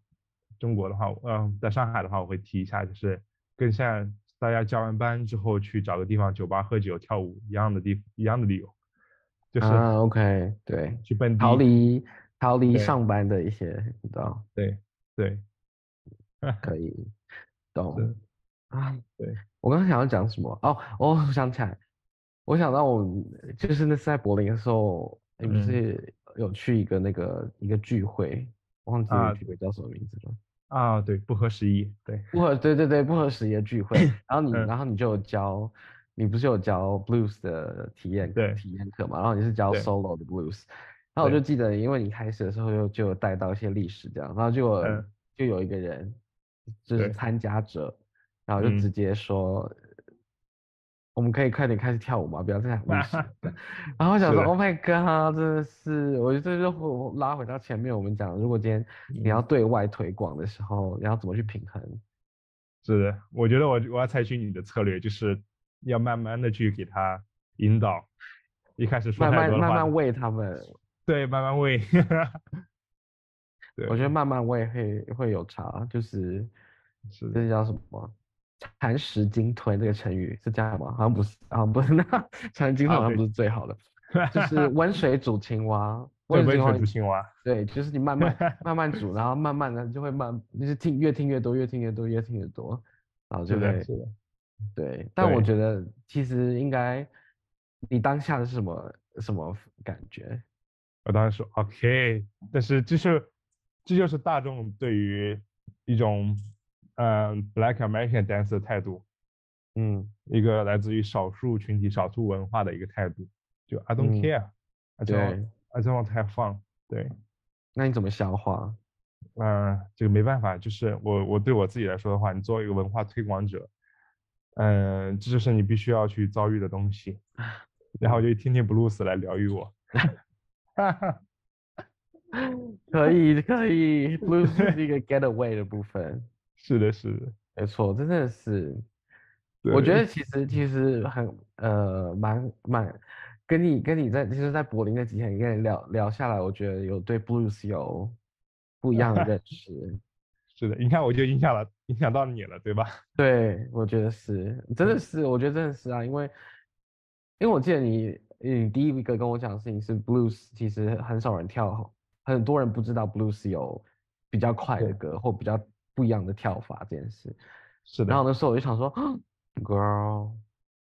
中国的话，嗯、在上海的话，我会提一下，就是跟现在大家加完班之后去找个地方酒吧喝酒跳舞一样的地一样的理由，就是
啊，OK，对，
去蹦迪。
逃离逃离
对
上班的一些，你知道，
对对，
可以懂
是
啊。
对，
我刚刚想要讲什么？哦，我想起来，我想到我就是那次在柏林的时候，你不
嗯
是有去一个那个一个聚会，忘记那
啊
个聚会叫什么名字了。
啊，对，不合时宜，对
不合，对对对，不合时宜的聚会。然后你，
嗯
然后你就有教，你不是有教 blues 的体验
对
体验课嘛？然后你是教
对
solo 的 blues。然后我就
对
记得，因为你开始的时候就就有带到一些历史这样，然后结果
嗯
就有一个人就是
对
参加者，然后就
嗯
直接说。我们可以快点开始跳舞吗？不要再讲
[LAUGHS]
历史了。然后我想
是啊
说
的
，Oh my god，真的是，我觉得这就拉回到前面我们讲的，如果今天你
嗯
要对外推广的时候，你要怎么去平衡？
是的，我觉得我我要采取你的策略，就是要慢慢的去给他引导，一开始说
慢
太
慢
多的
慢
话，
慢喂他们，
对，慢慢喂， [LAUGHS] 对，
我觉得慢慢喂会会有差，就是
是的
这叫什么？蚕食鲸吞这个成语是这样吗？好像不是，好像不是那蚕食鲸吞
啊
好像
对
不是最好的，
[LAUGHS]
就是温水煮青蛙，
对，
温水
温水
煮青蛙
煮青蛙，
对，就是你
[LAUGHS]
慢慢慢慢煮，然后慢慢的就会慢，就是听越听越多，越听越多，越听越多，然后就是
的，
会
是的，
对。但我
对
觉得其实应该，你当下的是什么什么感觉？
我当时说 OK，但是就是这就是大众对于一种嗯、呃 Black American dance 的态度，
嗯
一个来自于少数群体、少数文化的一个态度，就 I
嗯
don't care，I、
对
don't I don't want to have fun，对。
那你怎么消化？
嗯，这个没办法，就是我我对我自己来说的话，你作为一个文化推广者，嗯、这就是你必须要去遭遇的东
[LAUGHS]
西。
啊
然
嗯
后我就听听 blues 来疗愈我。 [LAUGHS] 哈哈，
可以可以，blues 是一个 getaway 的部分，
是的，是的，
没错，真的是。我觉
对
得其实其实很呃蛮蛮，跟你跟你在其实，在柏林那几天跟你聊聊下来，我觉得有对 blues 有不一样的认识。
是的，你看我就影响了，影响到你了，对吧？ [LAUGHS]
对，我觉得是，真
嗯
的是，我觉得真的是啊，因为因为我记得你你第一个跟我讲的事情是 blues，其实很少人跳，很多人不知道 blues 有比较快的
对
歌或比较不一样的跳法这件事。
是的
然后，那时候我就想说，girl，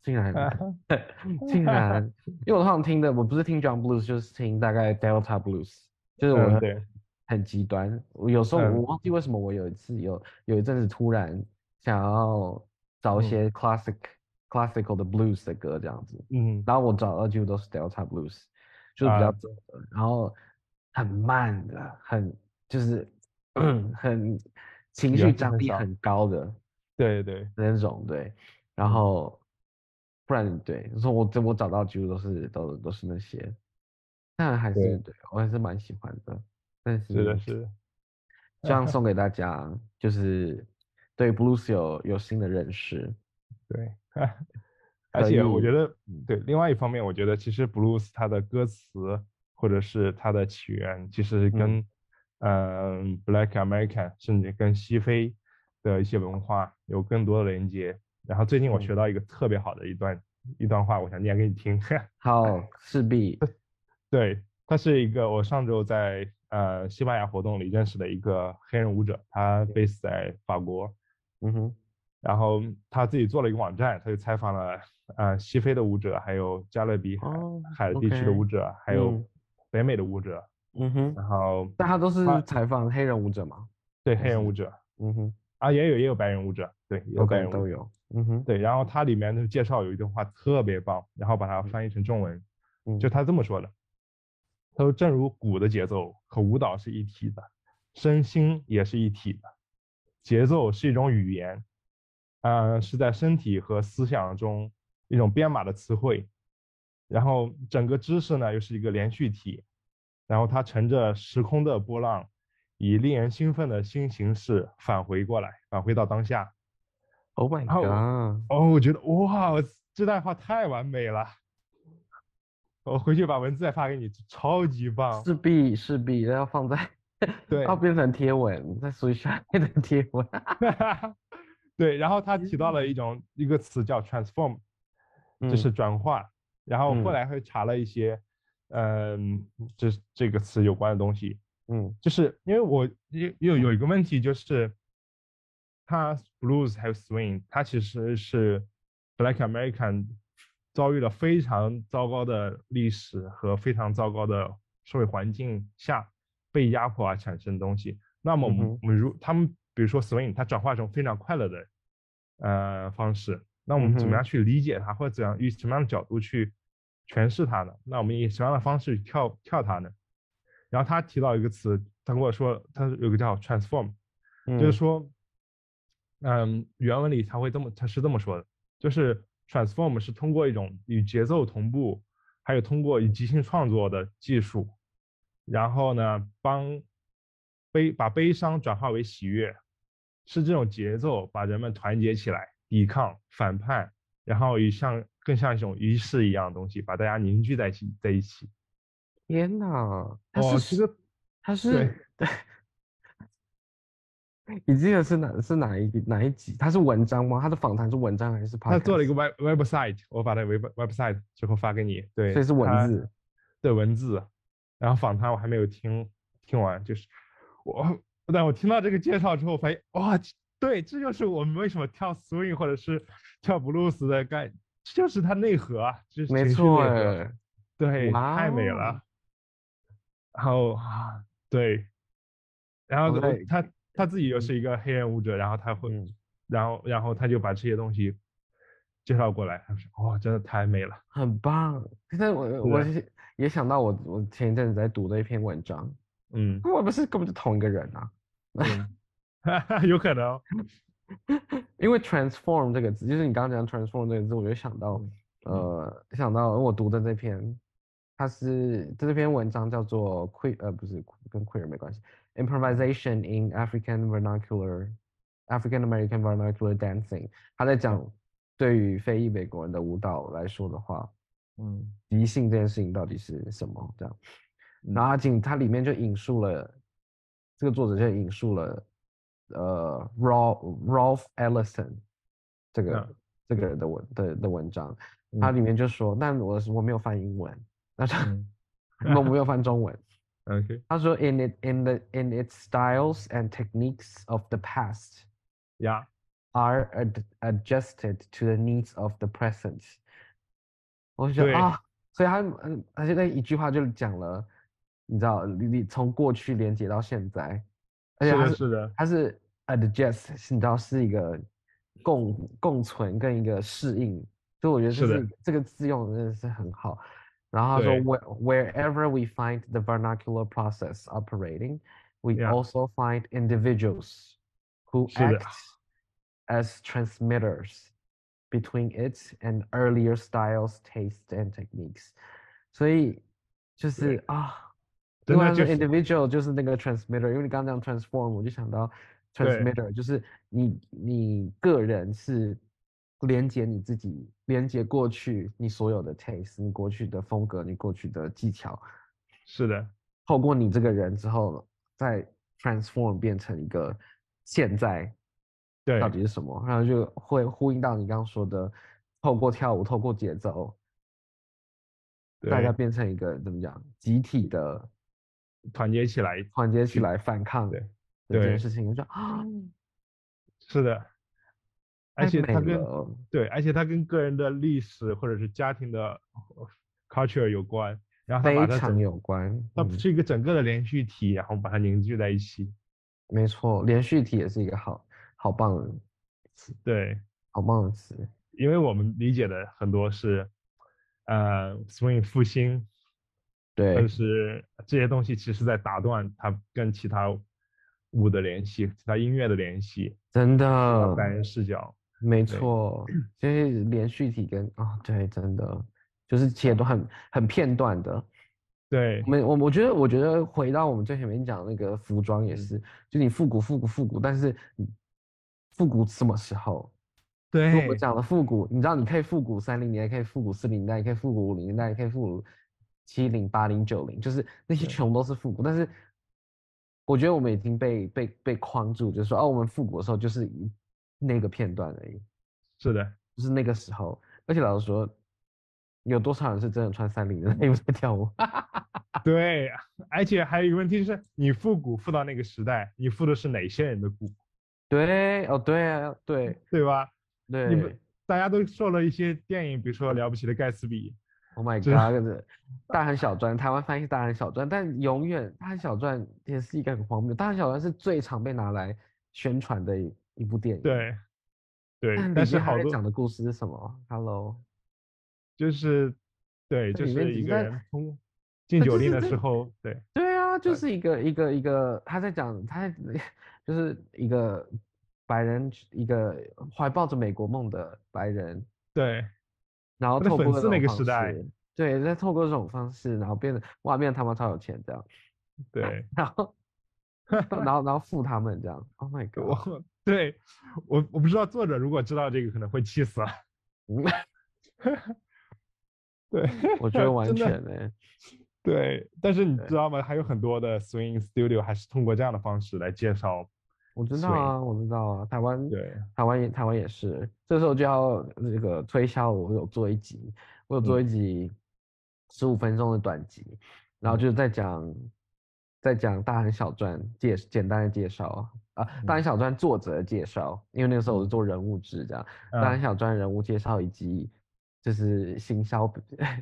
竟然
[LAUGHS]
[LAUGHS] 竟然，因为我通常听的我不是听 John Blues，就是听大概 Delta Blues，就是我
嗯，
很
对，
很极端。我有时候我
嗯
忘记为什么我有一次有有一阵子突然想要找
嗯
一些 classic classical 的 blues 的歌这样子，
嗯，
然后我找到几乎都是 Delta Blues，就是比
啊
较重的，然后很慢的，很就是 [CLEARS THROAT] 很情
比
绪
较清
张力
爽
很高的。
对对，
那种对，然
嗯
后不然对，说我我找到几乎都是都都是那些，但还
对
是对我还是蛮喜欢的，但
是的，
[LAUGHS] 是
是的，
这样送给大家，就是对 blues 有有新的认识，
对， [LAUGHS] 而
可
且我觉
以
得
嗯，
对，另外一方面，我觉得其实 blues 它的歌词或者是它的起源，其实
嗯
跟嗯、Black American 甚至跟西非的一些文化有更多的连接。然后最
嗯
近我学到一个特别好的一段一段话，我想念给你听。 [LAUGHS]
好，势必
对，他是一个我上周在呃西班牙活动里认识的一个黑人舞者，他 base 在法国。
嗯哼，
然后他自己做了一个网站，他就采访了呃西非的舞者，还有加勒比海、
哦
海地区的
，OK，
舞者，还有
嗯
北美的舞者，
嗯哼，
然后
但他都是
他
采访黑人舞者嘛，
对
还
黑人
是
舞者
嗯哼
啊，也有也有白人舞者，对，也有白
，OK
人舞
都
者
有，嗯哼，
对。然后它里面的介绍有一段话特别棒，然后把它翻译成中文，
嗯
就他这么说的，他说：“正如鼓的节奏和舞蹈是一体的，身心也是一体的，节奏是一种语言，呃，是在身体和思想中一种编码的词汇，然后整个知识呢又是一个连续体，然后它乘着时空的波浪，以令人兴奋的新形式返回过来，返回到当下。
，Oh my
然后
god，
哦，我觉得哇，我这段话太完美了。”我回去把文字再发给你，超级棒！
势必势必要放在
对，
[LAUGHS] 要变成贴文，在 Switch 上面的贴文。
[LAUGHS] 对，然后他提到了一种一个词叫 transform，就
嗯
是转化。然后后
嗯
来还查了一些，嗯，这这个词有关的东西，
[LAUGHS] 嗯
就是因为我有有有一个问题就是，它 blues 还有 swing，它其实是 Black American 遭遇了非常糟糕的历史和非常糟糕的社会环境下被压迫而产生的东西。那么我
嗯哼
们我们如他们比如说 swing，它转化成非常快乐的呃方式，那我们怎
嗯哼
么样去理解它，或者怎样以什么样的角度去诠释它呢？那我们以什么样的方式去跳跳它呢？然后他提到一个词，他跟我说，他有个叫 transform，、
嗯，
就是说，嗯，原文里他会这么，他是这么说的，就是 transform 是通过一种与节奏同步，还有通过以即兴创作的技术，然后呢，帮悲把悲伤转化为喜悦，是这种节奏把人们团结起来，抵抗反叛，然后以像更像一种仪式一样的东西，把大家凝聚在一起，在一起。
天哪，它
哦，
是
这个
它是对。 [LAUGHS] 你记得是哪是哪一个哪一集？它是文章吗？它的访谈是文章还是 p o
他做了一个 web website，我把它 web website 之后发给你。对，
所以是文
他
字，
对文字。然后访谈我还没有听听完，就是我，但我听到这个介绍之后，发现哇，对，这就是我们为什么跳 swing 或者是跳 blues 的概，这就是它内核啊，就是
没
情绪
错
内核
哎，
对，太美
哇哦
了。然后啊，对，然后
我
我
在
他他自己又是一个黑人舞者，然后他会，
嗯
然后然后他就把这些东西介绍过来，他说哇，真的太美了，
很棒。现在我我是也想到我我前一阵子在读的一篇文章， [LAUGHS]
嗯，
我们是根本就同一个人啊。
嗯 [LAUGHS] 有可
[LAUGHS]
能，
因为 transform 这个字，就是你刚刚讲 transform 这个字，我就想到，呃，想到我读的这篇，它是这篇文章叫做 queer，呃，不是跟 queer 没关系，improvisation in African vernacular African American vernacular dancing，他在讲对于非裔美国人的舞蹈来说的话，
嗯
即兴这件事情到底是什么？这样，然后它仅它里面就引述了这个作者就引述了呃 Ralph Ralph Ellison 这个、
嗯
这个人的文的的文章，它里面就说，但我是我没有翻英文，那他 [LAUGHS]
嗯
我没有翻中文，
，OK，
他说 in it in the in its styles and techniques of the past。
呀，
are ad adjusted to the needs of the present。我就觉得
对
啊，所以他嗯，他就那一句话就讲了，你知道，你你从过去连接到现在，而且
是
他
的，
是
是的，
他是 adjust，是你知道是一个共共存跟一个适应，所以我觉得这
是的
是这个字用得真的是很好。然后他说
对
，where wherever we find the vernacular process operating, we
Yeah.
also find individuals who
是的
act as transmitters between it and earlier styles, tastes and techniques。所以就是啊，
真
因为
的
他
就
说
是
individual 就是那个 transmitter，因为你刚刚讲 transform，我就想到
对
transmitter，就是你你个人是连接你自己，连接过去你所有的 taste，你过去的风格，你过去的技巧，
是的，
透过你这个人之后，再 transform 变成一个现在
对
到，底是什么，然后就会呼应到你刚刚说的，透过跳舞，透过节奏，大家
对，
变成一个怎么讲，集体的
团结起来，
团结起来反抗
对
的这件
对
事情，就 [GASPS] 说啊，
是的，而
太
且他
美
跟
了
对，而且它跟个人的历史或者是家庭的 [LAUGHS] culture 有关，然后它把
非
它
常
整，
有关，
它
嗯
是一个整个的连续体，然后把它凝聚在一起。
没错，连续体也是一个好好棒的词，
对，
好棒的词，
因为我们理解的很多是，呃，swing 复兴，但呃
对，
是这些东西其实在打断它跟其他舞的联系，其他音乐的联系，
真
呃，
的，
白人视角。
没
对
错，这些连续体跟啊，对，真的就是且都很很片段的，
对
我，们我我觉得，我觉得回到我们最前面讲那个服装也是，就你复古复古复古，但是你复古什么时候？因为我
对
们，讲了复古，你知道你可以复古三零年代，可以复古四零年代，可以复古五零年代，可以复古七零八零九零，就是那些
对
全部都是复古，但是我觉得我们已经被被被框住，就是说哦，我们复古的时候就是以那个片段而已，
是的，
就是那个时候。而且老实说，有多少人是真的穿三零的 [LAUGHS] 内裤在跳舞？啊
对，而且还有一个问题是，你复古复到那个时代，你复的是哪些人的古，
对，哦，对啊，对
对吧？
对，
你们大家都受了一些电影，比如说《了不起的盖茨比》，
Oh my
这
god！这大汉小传，台湾翻译是大汉小传，但永远大汉小传也是一个很荒谬。大汉小传是最常被拿来宣传的一一部电影。，
对，对，
但里
但是
面他
好
在
多
讲的故事是什么？Hello，
就是，对，就
里面
是
只
一
是
个
在
人通进
他
酒
就
店
是
的
在
时候，对，
对啊，就
对
是一个一个一个他在讲他在就是一个白人，一个怀抱着美国梦的白人，
对，
然后
他在
透
粉
过这
饰那
种
个
方
时代
式，对，再透过这种方式，然后变得哇，变得他妈超有钱这样，
对，
然后然后然后付他们这样。Oh
[LAUGHS]
my god！
我对我我不知道作者如果知道这个可能会气死啊。 [LAUGHS]
嗯
对，
我觉得完
真的
全呢、
对，但是你
对
知道吗？还有很多的 swing studio 还是通过这样的方式来介绍。
我知道
所以
啊，我知道啊，台湾
对，
台湾也台湾也是，这时候就要那个推销，我有做一集，我有
嗯
做一集十五分钟的短集，
嗯
然后就是在讲在讲《大汉小传》介简单的介绍啊，《大
嗯
汉小传》作者的介绍，因为那个时候我是做人物志这样，《大汉
嗯，
小传》人物介绍以及就是行销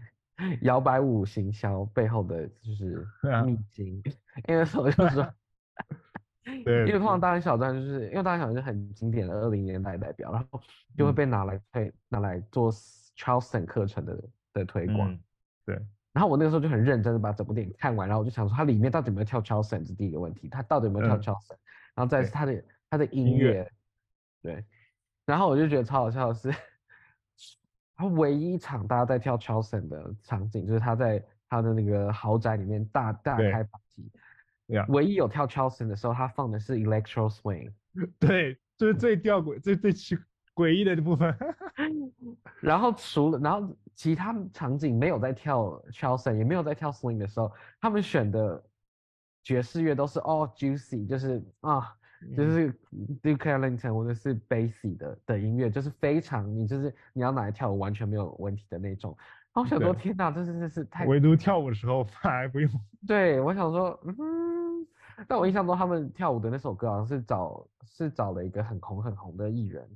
[LAUGHS] 摇摆舞行销背后的
[LAUGHS]
就是
啊
秘辛，因为我就说。 [LAUGHS]
[LAUGHS] 对，
因为通常大汉小传就是因为大汉小传是很经典的二零年代代表，然后就会
嗯
被拿来推、拿来做 Charleston 课程的的推广。
嗯
然后我那个时候就很认真的把整部电影看完，然后我就想说它里面到底有没有跳 Charleston 这是第一个问题，它到底有没有跳
嗯
Charleston，、然后再来
对
是它的它的
音
音
乐
乐，对。然后我就觉得超好笑的是，他唯一一场大家在跳 Charleston 的场景，就是他在他的那个豪宅里面大大
对
开 party，
呀
唯一有跳 Charleston 的时候，他放的是 Electro Swing。
对，这是最吊诡、最最奇诡异的部分。
然后除了，然后其他场景没有在跳 Charleston，也没有在跳 Swing 的时候，他们选的爵士乐都是 all juicy，就是啊，就
嗯
是 Duke Ellington 或者是 Basie 的的音乐，就是非常你就是你要拿来跳舞完全没有问题的那种。然后我想说，
对
天哪，这是这是太
唯独跳舞的时候反而不用。 [LAUGHS]
对，我想说，嗯，但我印象中他们跳舞的那首歌好像是找是找了一个很红很红的艺人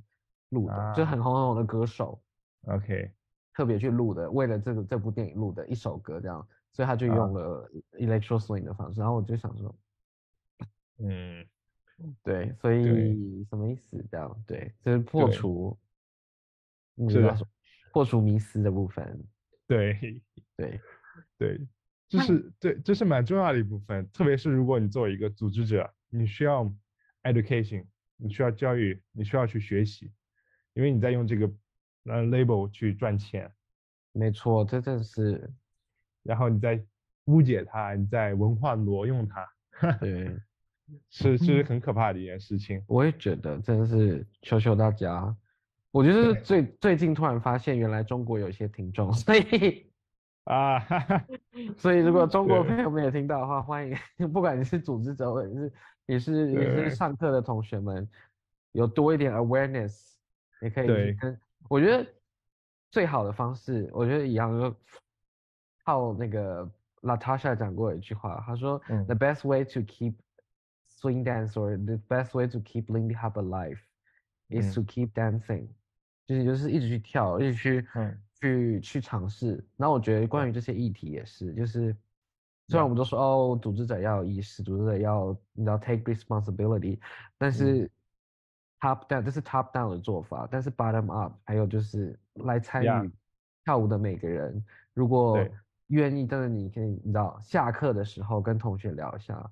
录的，就是
啊
很红很红的歌手。
OK，
特别去录的，为了这个这部电影录的一首歌这样，所以他就
啊
用了 electro swing 的方式。然后我就想说，
嗯，
对，所以什么意思？这样对，就是破
对
除，嗯
是
要
的
说破除迷思的部分。
对
对，
对，这是对，这是蛮重要的一部分，特别是如果你作为一个组织者，你需要 education，你需要教育，你需要去学习，因为你在用这个呃 label 去赚钱，
没错，这
[LAUGHS]
正是
然后你在误解它，你在文化挪用它，
对，
是
嗯
是很可怕的一件事情。
我也觉得真的是求求大家。我觉得是
对
最最近突然发现，原来中国有一些听众，所以。
啊， [LAUGHS] 哈哈，
所以，如果中国
嗯对
朋友们也听到的话，欢迎，不管你是组织者，或者是也是也
对
是上课的同学们，有多一点 awareness，也可以
对
去跟。我觉得最好的方式，我觉得一样，就靠那个 Latasha 讲过一句话，她说、
嗯
t h e best way to keep swing dance or the best way to keep Lindy Hop alive is
嗯
to keep dancing。就是就是一直去跳，一直去、
嗯
去去尝试。然后我觉得关于这些议题也是，就是虽然
嗯
我们都说哦，组织者要有意识，组织者要你要 take responsibility，但
嗯
是 top down 这是 top down 的做法，但是 bottom up 还有就是来参
Yeah
与跳舞的每个人，如果
对
愿意，真的你可以你知道下课的时候跟同学聊一下，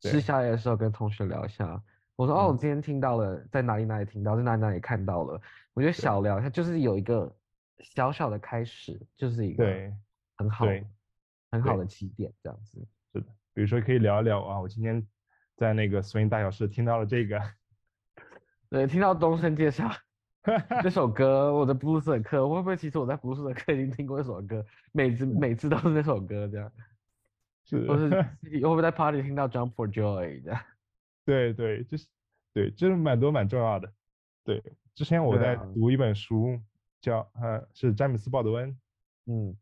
吃
对嗯
宵夜的时候跟同学聊一下。我说哦，我今天听到了，在哪里哪里听到，在哪里哪里看到了。我觉得小聊一下，就是有一个小小的开始，就是一个
对，
很好
对
很好
对
的起点，这样子。
比如说可以聊一聊啊，我今天在那个 swing 大小事听到了这个， [LAUGHS]
对，听到东升介绍这首歌，我的布鲁斯的课，会不会其实我在布鲁斯的课已经听过这首歌，每次每次都是这首歌这样。
是 [LAUGHS]
或是会不会在 party 听到 Jump for Joy 的？
对对，就是对，就是蛮多蛮重要的。对，之前我
对
在
啊
读一本书，叫呃是詹姆斯鲍德温
嗯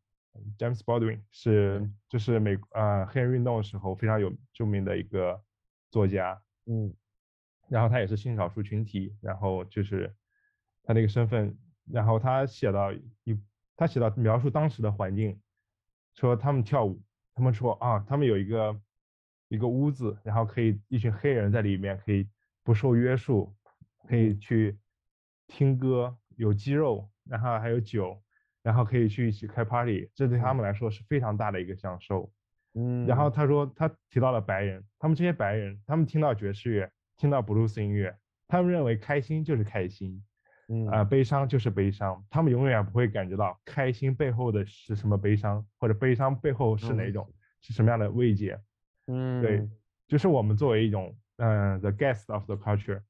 （James Baldwin），是
嗯
就是美呃黑人运动的时候非常有著名的一个作家，
嗯
然后他也是性少数群体，然后就是他那个身份，然后他写到一，他写到描述当时的环境，说他们跳舞，他们说啊，他们有一个一个屋子，然后可以一群黑人在里面可以不受约束，可以去听歌，有肌肉，然后还有酒，然后可以去一起开 party，这对他
嗯
们来说是非常大的一个享受。
嗯，
然后他说，他提到了白人，他们这些白人，他们听到爵士乐，听到布鲁斯音乐，他们认为开心就是开心，
嗯
啊、悲伤就是悲伤，他们永远不会感觉到开心背后的是什么悲伤，或者悲伤背后是哪
嗯
种，是什么样的慰藉。
嗯 [LAUGHS]
对，就是我们作为一种，嗯、t h e guest of the culture，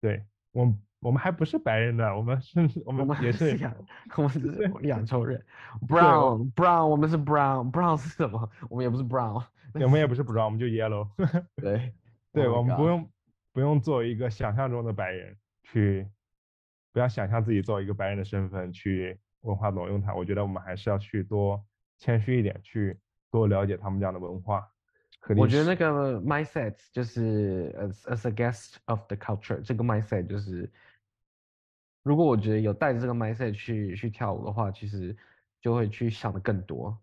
对我们，我们还不是白人呢，我们甚至我
我
们
们
也
是
是
亚，我们是亚洲
[LAUGHS]
人
我
，brown brown，我们是 brown brown 是什么？我们也不
[LAUGHS]
是 brown，
我们也不是 brown，我们就 yellow。
对，
对，
Oh my
我们不
God
用不用作为一个想象中的白人去，不要想象自己作为一个白人的身份去文化挪用它。我觉得我们还是要去多谦虚一点，去多了解他们这样的文化和历
我觉得
史
那个 mindset 就是 as as a guest of the culture，这个 mindset 就是，如果我觉得有带着这个 mindset 去去跳舞的话，其实就会去想的更多，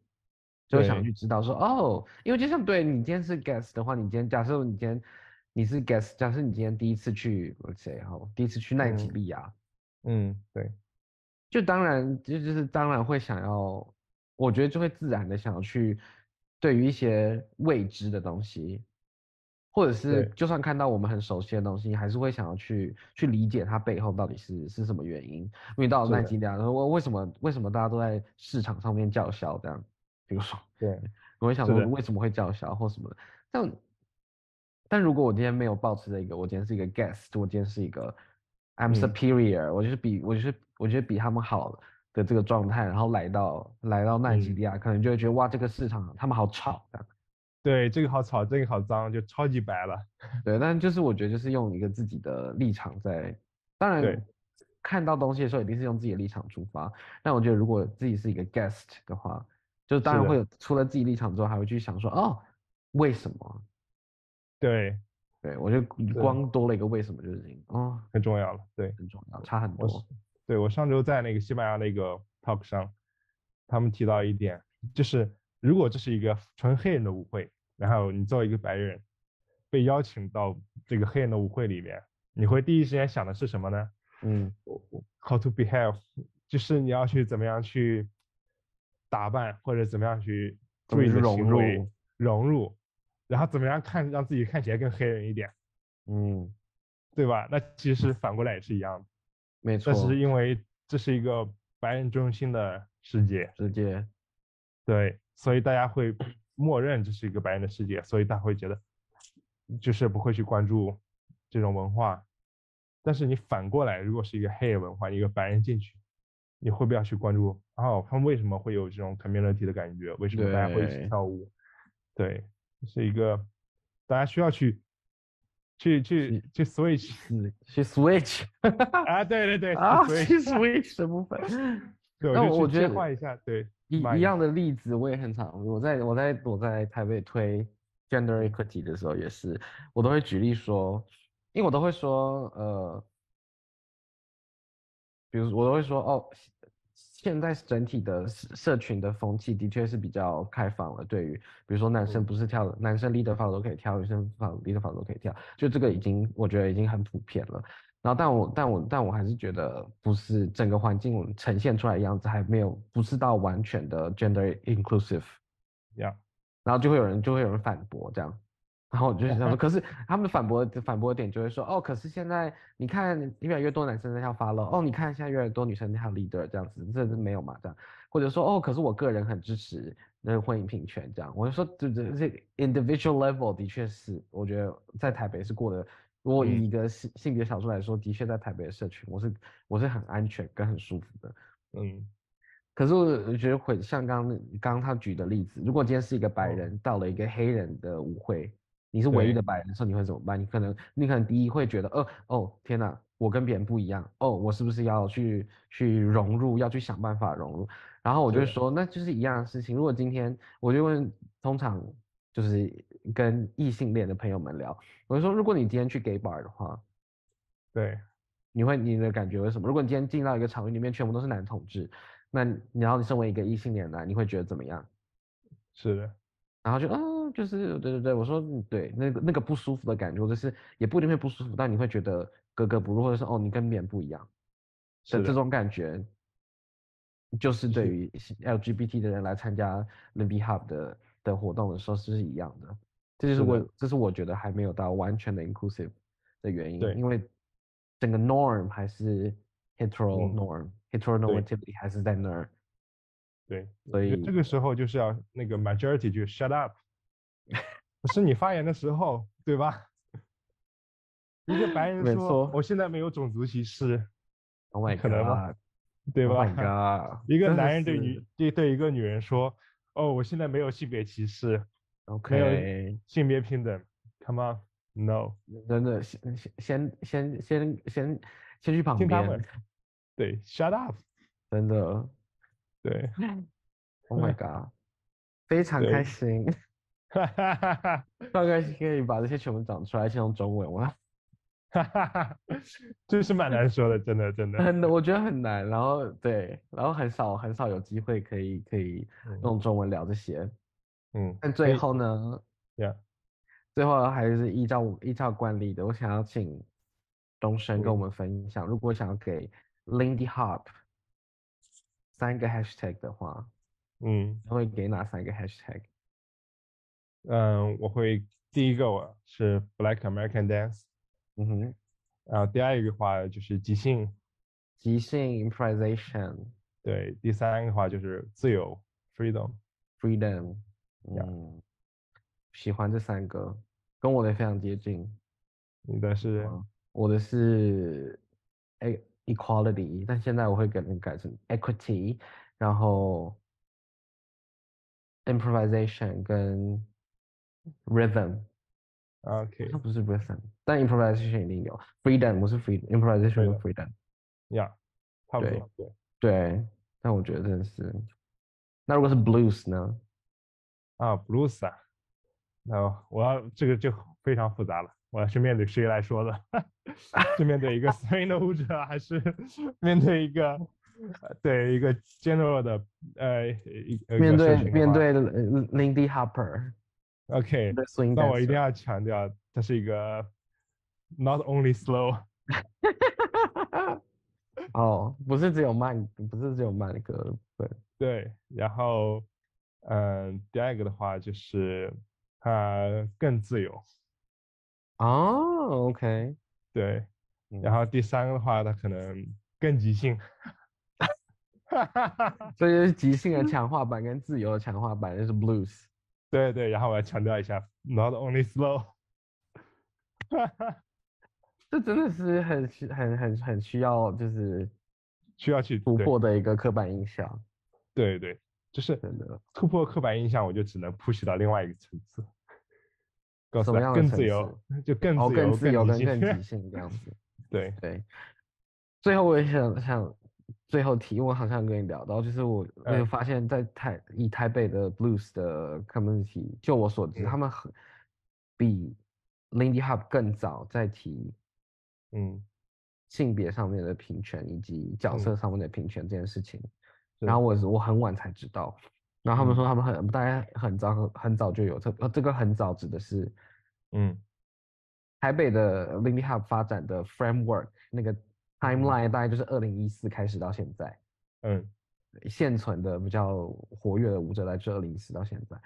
就会想
对
去知道说哦，因为就像对你今天是 guest 的话，你今天假设你今天你是 guest，假设你今天第一次去谁好，第一次去奈及
嗯
利亚，
嗯，对，
就当然，就就是当然会想要，我觉得就会自然的想要去对于一些未知的东西，或者是
对
就算看到我们很熟悉的东西，还是会想要去去理解它背后到底是是什么原因。因为到了
是
奈
的
及利亚，然后为为什么为什么大家都在市场上面叫嚣这样？比如说，
对，
我会想
是
说
的
为什么会叫嚣或什么的。但但如果我今天没有保持着一个，我今天是一个 guest，我今天是一个 I'm
嗯
superior，、我就是比我就是我觉得比他们好的这个状态，然后来到来到奈及
嗯
利亚，可能就会觉得哇，这个市场他们好吵这样。
对，这个好吵，这个好脏，就超级白了。
对，但就是我觉得就是用一个自己的立场在，当然
对
看到东西的时候一定是用自己的立场出发。但我觉得如果自己是一个 guest 的话，就当
是
然
的
会有除了自己立场之后，还会去想说哦，为什么？
对，
对，我觉得光多了一个为什么就是赢哦，
很重要了。对，
很重要，差很
我
多
是。对我上周在那个西班牙那个 talk 上，他们提到一点，就是如果这是一个纯黑人的舞会，然后你作为一个白人被邀请到这个黑人的舞会里面，你会第一时间想的是什么呢
嗯
？How to behave，就是你要去怎么样去打扮，或者怎么样去
怎么
注意你的
去融
行为
入
融入，然后怎么样看让自己看起来更黑人一点，
嗯，
对吧？那其实反过来也是一样的。
没错
但，是因为这是一个白人中心的世界，
直接
对，所以大家
[CLEARS THROAT]
会默认这是一个白人的世界，所以大家会觉得就是不会去关注这种文化。但是你反过来，如果是一个黑人文化，一个白人进去，你会不会要去关注？哦，他们为什么会有这种 community 的感觉？为什么大家会一
对
起跳舞？对，这是一个大家需要去去去去
[LAUGHS]
switch
是去 [LAUGHS] switch
啊，对对对，去
啊，嗯去
switch，
switch 的部分。
对，
那
就
我
去
觉
切
得
换一下，对，
一
蚂
一
蚁
样的例子，我也很常，我在我在我在台北推 gender equity 的时候，也是我都会举例说，因为我都会说，呃，比如我都会说，哦，现在整体的社社群的风气的确是比较开放了，对于比如说男生
嗯
不是跳，男生 leader 法都可以跳，女生法 leader 法都可以跳，就这个已经我觉得已经很普遍了。然后但我但我但我还是觉得不是整个环境呈现出来的样子还没有不是到完全的 gender inclusive，
呀，
然后就会有人就会有人反驳这样，然后我就想说，可是他们反驳的反驳的点就会说，哦，可是现在你看越来越多男生在跳 follow，哦，你看现在越来越多女生在跳 leader 这样子，这是没有嘛这样，或者说哦，可是我个人很支持那个婚姻平权这样，我就说这这这 individual level 的确是，我觉得在台北是过得。如果
嗯
以一个性性别少数来说，的确在台北的社群，我是我是很安全跟很舒服的。
嗯，
可是我觉得会像刚刚那刚刚他举的例子，如果今天是一个白人到了一个黑人的舞会，你是唯一的
对
白人的时候，你会怎么办？你可能你可能第一会觉得，哦哦天哪，我跟别人不一样，哦我是不是要去去融入，要去想办法融入？然后我就会
是
说，那就是一样的事情。如果今天我就问，通常就是跟异性恋的朋友们聊，我就说，如果你今天去 gay bar 的话，
对，
你会你的感觉为什么？如果你今天进到一个场域里面，全部都是男同志，那你然后你身为一个异性恋男，你会觉得怎么样？
是的，
然后就嗯，就是对对对，我说嗯对，那个那个不舒服的感觉，或者是也不一定会不舒服，但你会觉得格格不入，或者是哦你跟别人不一样
是
的这
的，
种感觉，就是对
是
于 LGBT 的人来参加 l i b b y Hub 的的活动的时候是一样的。这就是
是的
我这是我觉得还没有到完全的 inclusive 的原因，
对
因为整个 norm 还是 hetero
嗯
norm、heteronormativity 还是在那儿，
对。
所
就
以
这个时候就是要那个 majority 就 shut
[LAUGHS]
up，不是你发言的时候，对吧？一个白人
没
说
错：“
我现在没有种族歧视，
Oh my
可能吗
God，
对
Oh
吧？” [LAUGHS]
my God，
一个
真的
男人对
是
女对对一个女人说：“哦，我现在没有性别歧视，没有
OK。
性别平等。”Come on, no，
真的先先先先先先去旁
听他
边，
们，对，shut up，
真的
对，
，Oh
[LAUGHS]
my god，非常
对
开心，
哈哈哈哈
非常开心可以把这些全部讲出来，先用中文，哇，
哈哈哈， [LAUGHS] 这是蛮难说的，真的真的。
很我觉得很难，然后对，然后很少很少有机会可以可以用中文聊这些，
嗯，
但最
所以
后呢，
呀，
最后还是依照依照惯例的，我想要请东升
嗯
跟我们分享，如果想要给 Lindy Hop 三个 hashtag 的话，
嗯
你会给哪三个 hashtag？
嗯，我会第一个我是 Black American Dance，
嗯哼，
然后第二个话就是即兴，
即兴 improvisation
对，第三个话就是自由 freedom。
freedom，
Yeah
嗯，喜欢这三个，跟我的非常接近。
你的是
嗯我的是 e- equality，但现在我会给人改成 equity，然后 improvisation 跟 rhythm， [LAUGHS]
OK
它不是 rhythm，但 improvisation 一定有 freedom，我是 free improvisation 跟
Freedom
freedom，
呀，差不
对
多对
对，但我觉得真的是，那如果是 blues 呢？
啊，blues 啊，那我要这个就非常复杂了，我要是面对谁来说的？ [LAUGHS] 是面对一
[LAUGHS]
个 swing 的舞者，还是 [LAUGHS] 面对一个呃对一个 general 的呃一呃一
面
个社
对
群的
面
话
对 Lindy Hopper，
OK，
对 swing
那我
dancer
一定要强调，它是一个 not only slow， [LAUGHS]
哦，不是只有慢，不是只有慢歌，对，
对，然后，嗯，第二个的话就是它更自由，
哦，OK，
对，
嗯
然后第三个的话，它可能更即兴， [LAUGHS]
这就是即兴的强化版跟自由的强化版，就是 blues。
对对，然后我要强调一下，not only slow， [LAUGHS]
这真的是很需很很很需要就是
需要去
突
对
破的一个刻板印象，
对对，就是
真的。
突破刻板印象，我就只能 push 到另外一个层次，告
什
诉
么
他
样的
更
层
自由，就更
哦，
自
更
由，
自由
更
跟
即
更
[LAUGHS]
即
兴，
兴这样子。
对，
对，最后我也想想，最后提问好像跟你聊到，就是我我有
嗯
发现，在台以台北的 blues 的 community，就我所知，
嗯
他们很比 Lindy Hop 更早在提
嗯，
性别上面的平权以及角
嗯
色上面的平权这件事情。
是
然后我是我很晚才知道，然后他
嗯
们说他们很大家很早很很早就有这呃这个很早指的是
嗯，
台北的 Lindy Hub 发展的 framework 那个 timeline 大概就是二零一四开始到现在。
嗯，
现存的比较活跃的舞者来自二零一四到现在，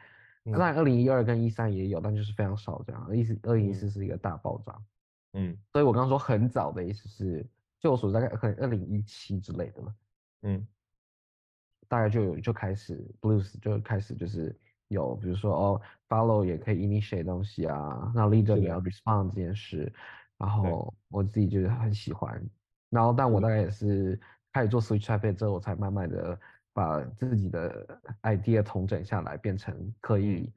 嗯
当然二零一二跟一三也有，但就是非常少这样。一四二零一
嗯
四是一个大爆炸，
嗯，
所以我刚刚说很早的意思是，就我所知大概可能二零一七之类的了，
嗯，
大概就有就开始 blues 就开始就是有，比如说哦 follow 也可以 initiate 东西啊，那 leader
是
也
的
要 respond 这件事，然后我自己就是很喜欢，然后但我
是
大
的
概也是开始做 switch trap 之后，我才慢慢的把自己的 idea 统整下来，变成可
嗯
以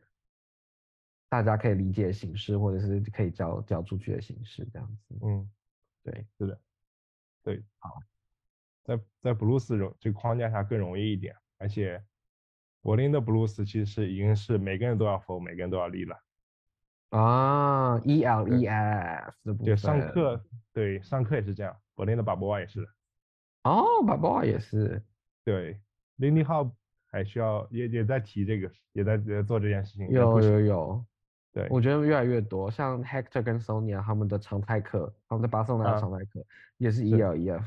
大家可以理解的形式，或者是可以交交出去的形式，这样子。
嗯，
对，
是的，对，
好，
在在布鲁斯容这个框架下更容易一点，而且柏林的布鲁斯其实已经是每个人都要 f 每个人都要立了。
啊，E L E F 的部
对，上
分
课对上课也是这样，柏林的把博瓦也是的。
哦，宝宝也是
对，Lindy Hop 还需要也也在提这个，也在也在做这件事情。也
有
不是
有有，
对
我觉得越来越多，像 Hector 跟 Sonia 他们的常态课，他们在巴塞罗那
啊
的常态课也是
是
E L E F，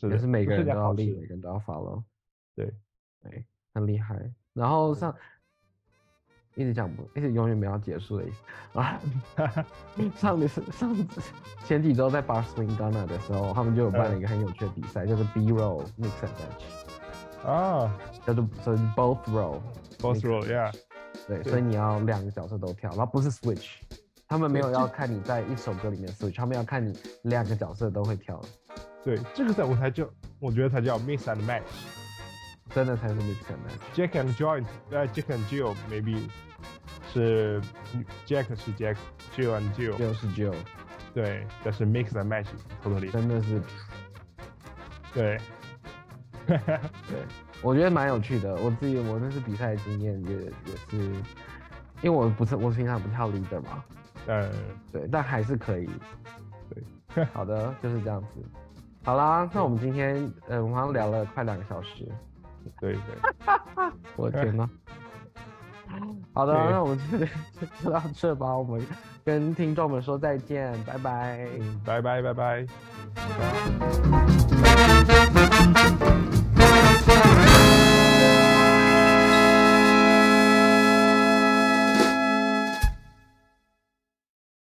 是
也
的，
是每
这
个
件
人都要
好
立，
事
每个人都要 follow，
对，
对，很厉害。然后像一直讲不，一直永远没有结束的意思啊。 [LAUGHS] 上次上次前几周在 Bar Swing Ghana 的时候，他们就有办了
嗯
一个很有趣的比赛，叫做 B Roll Mix and Match，
啊
叫做所以是 Both Roll。
，Boss
Mix and
Roll，Yeah，
对，
对
所以你要两个角色都跳，然后不是 switch，他们没有
对
要
这
看你在一首歌里面 switch，他们要看你两个角色都会跳，
对，这个在舞台就我觉得才叫 Mix and Match。
真的才是 mix and match。
Jack and Joy，呃，Jack and Jill maybe 是 Jack 是 Jack，Jill and Jill，
六十九，
对，但是 Mix and Match totally
真的是，
对。
对我觉得蛮有趣的。我自己我那次比赛的经验也也是，因为我不是我平常不跳 leader 嘛，
呃，
对，但还是可以。 [LAUGHS]
对
好的，就是这样子。好啦，那我们今天呃，我们好像聊了快两个小时。
对对。
[LAUGHS] 我的天呐！好的，
对
那我们就就 [LAUGHS] 到这吧，我们跟听众们说再见，拜拜。
拜拜拜拜。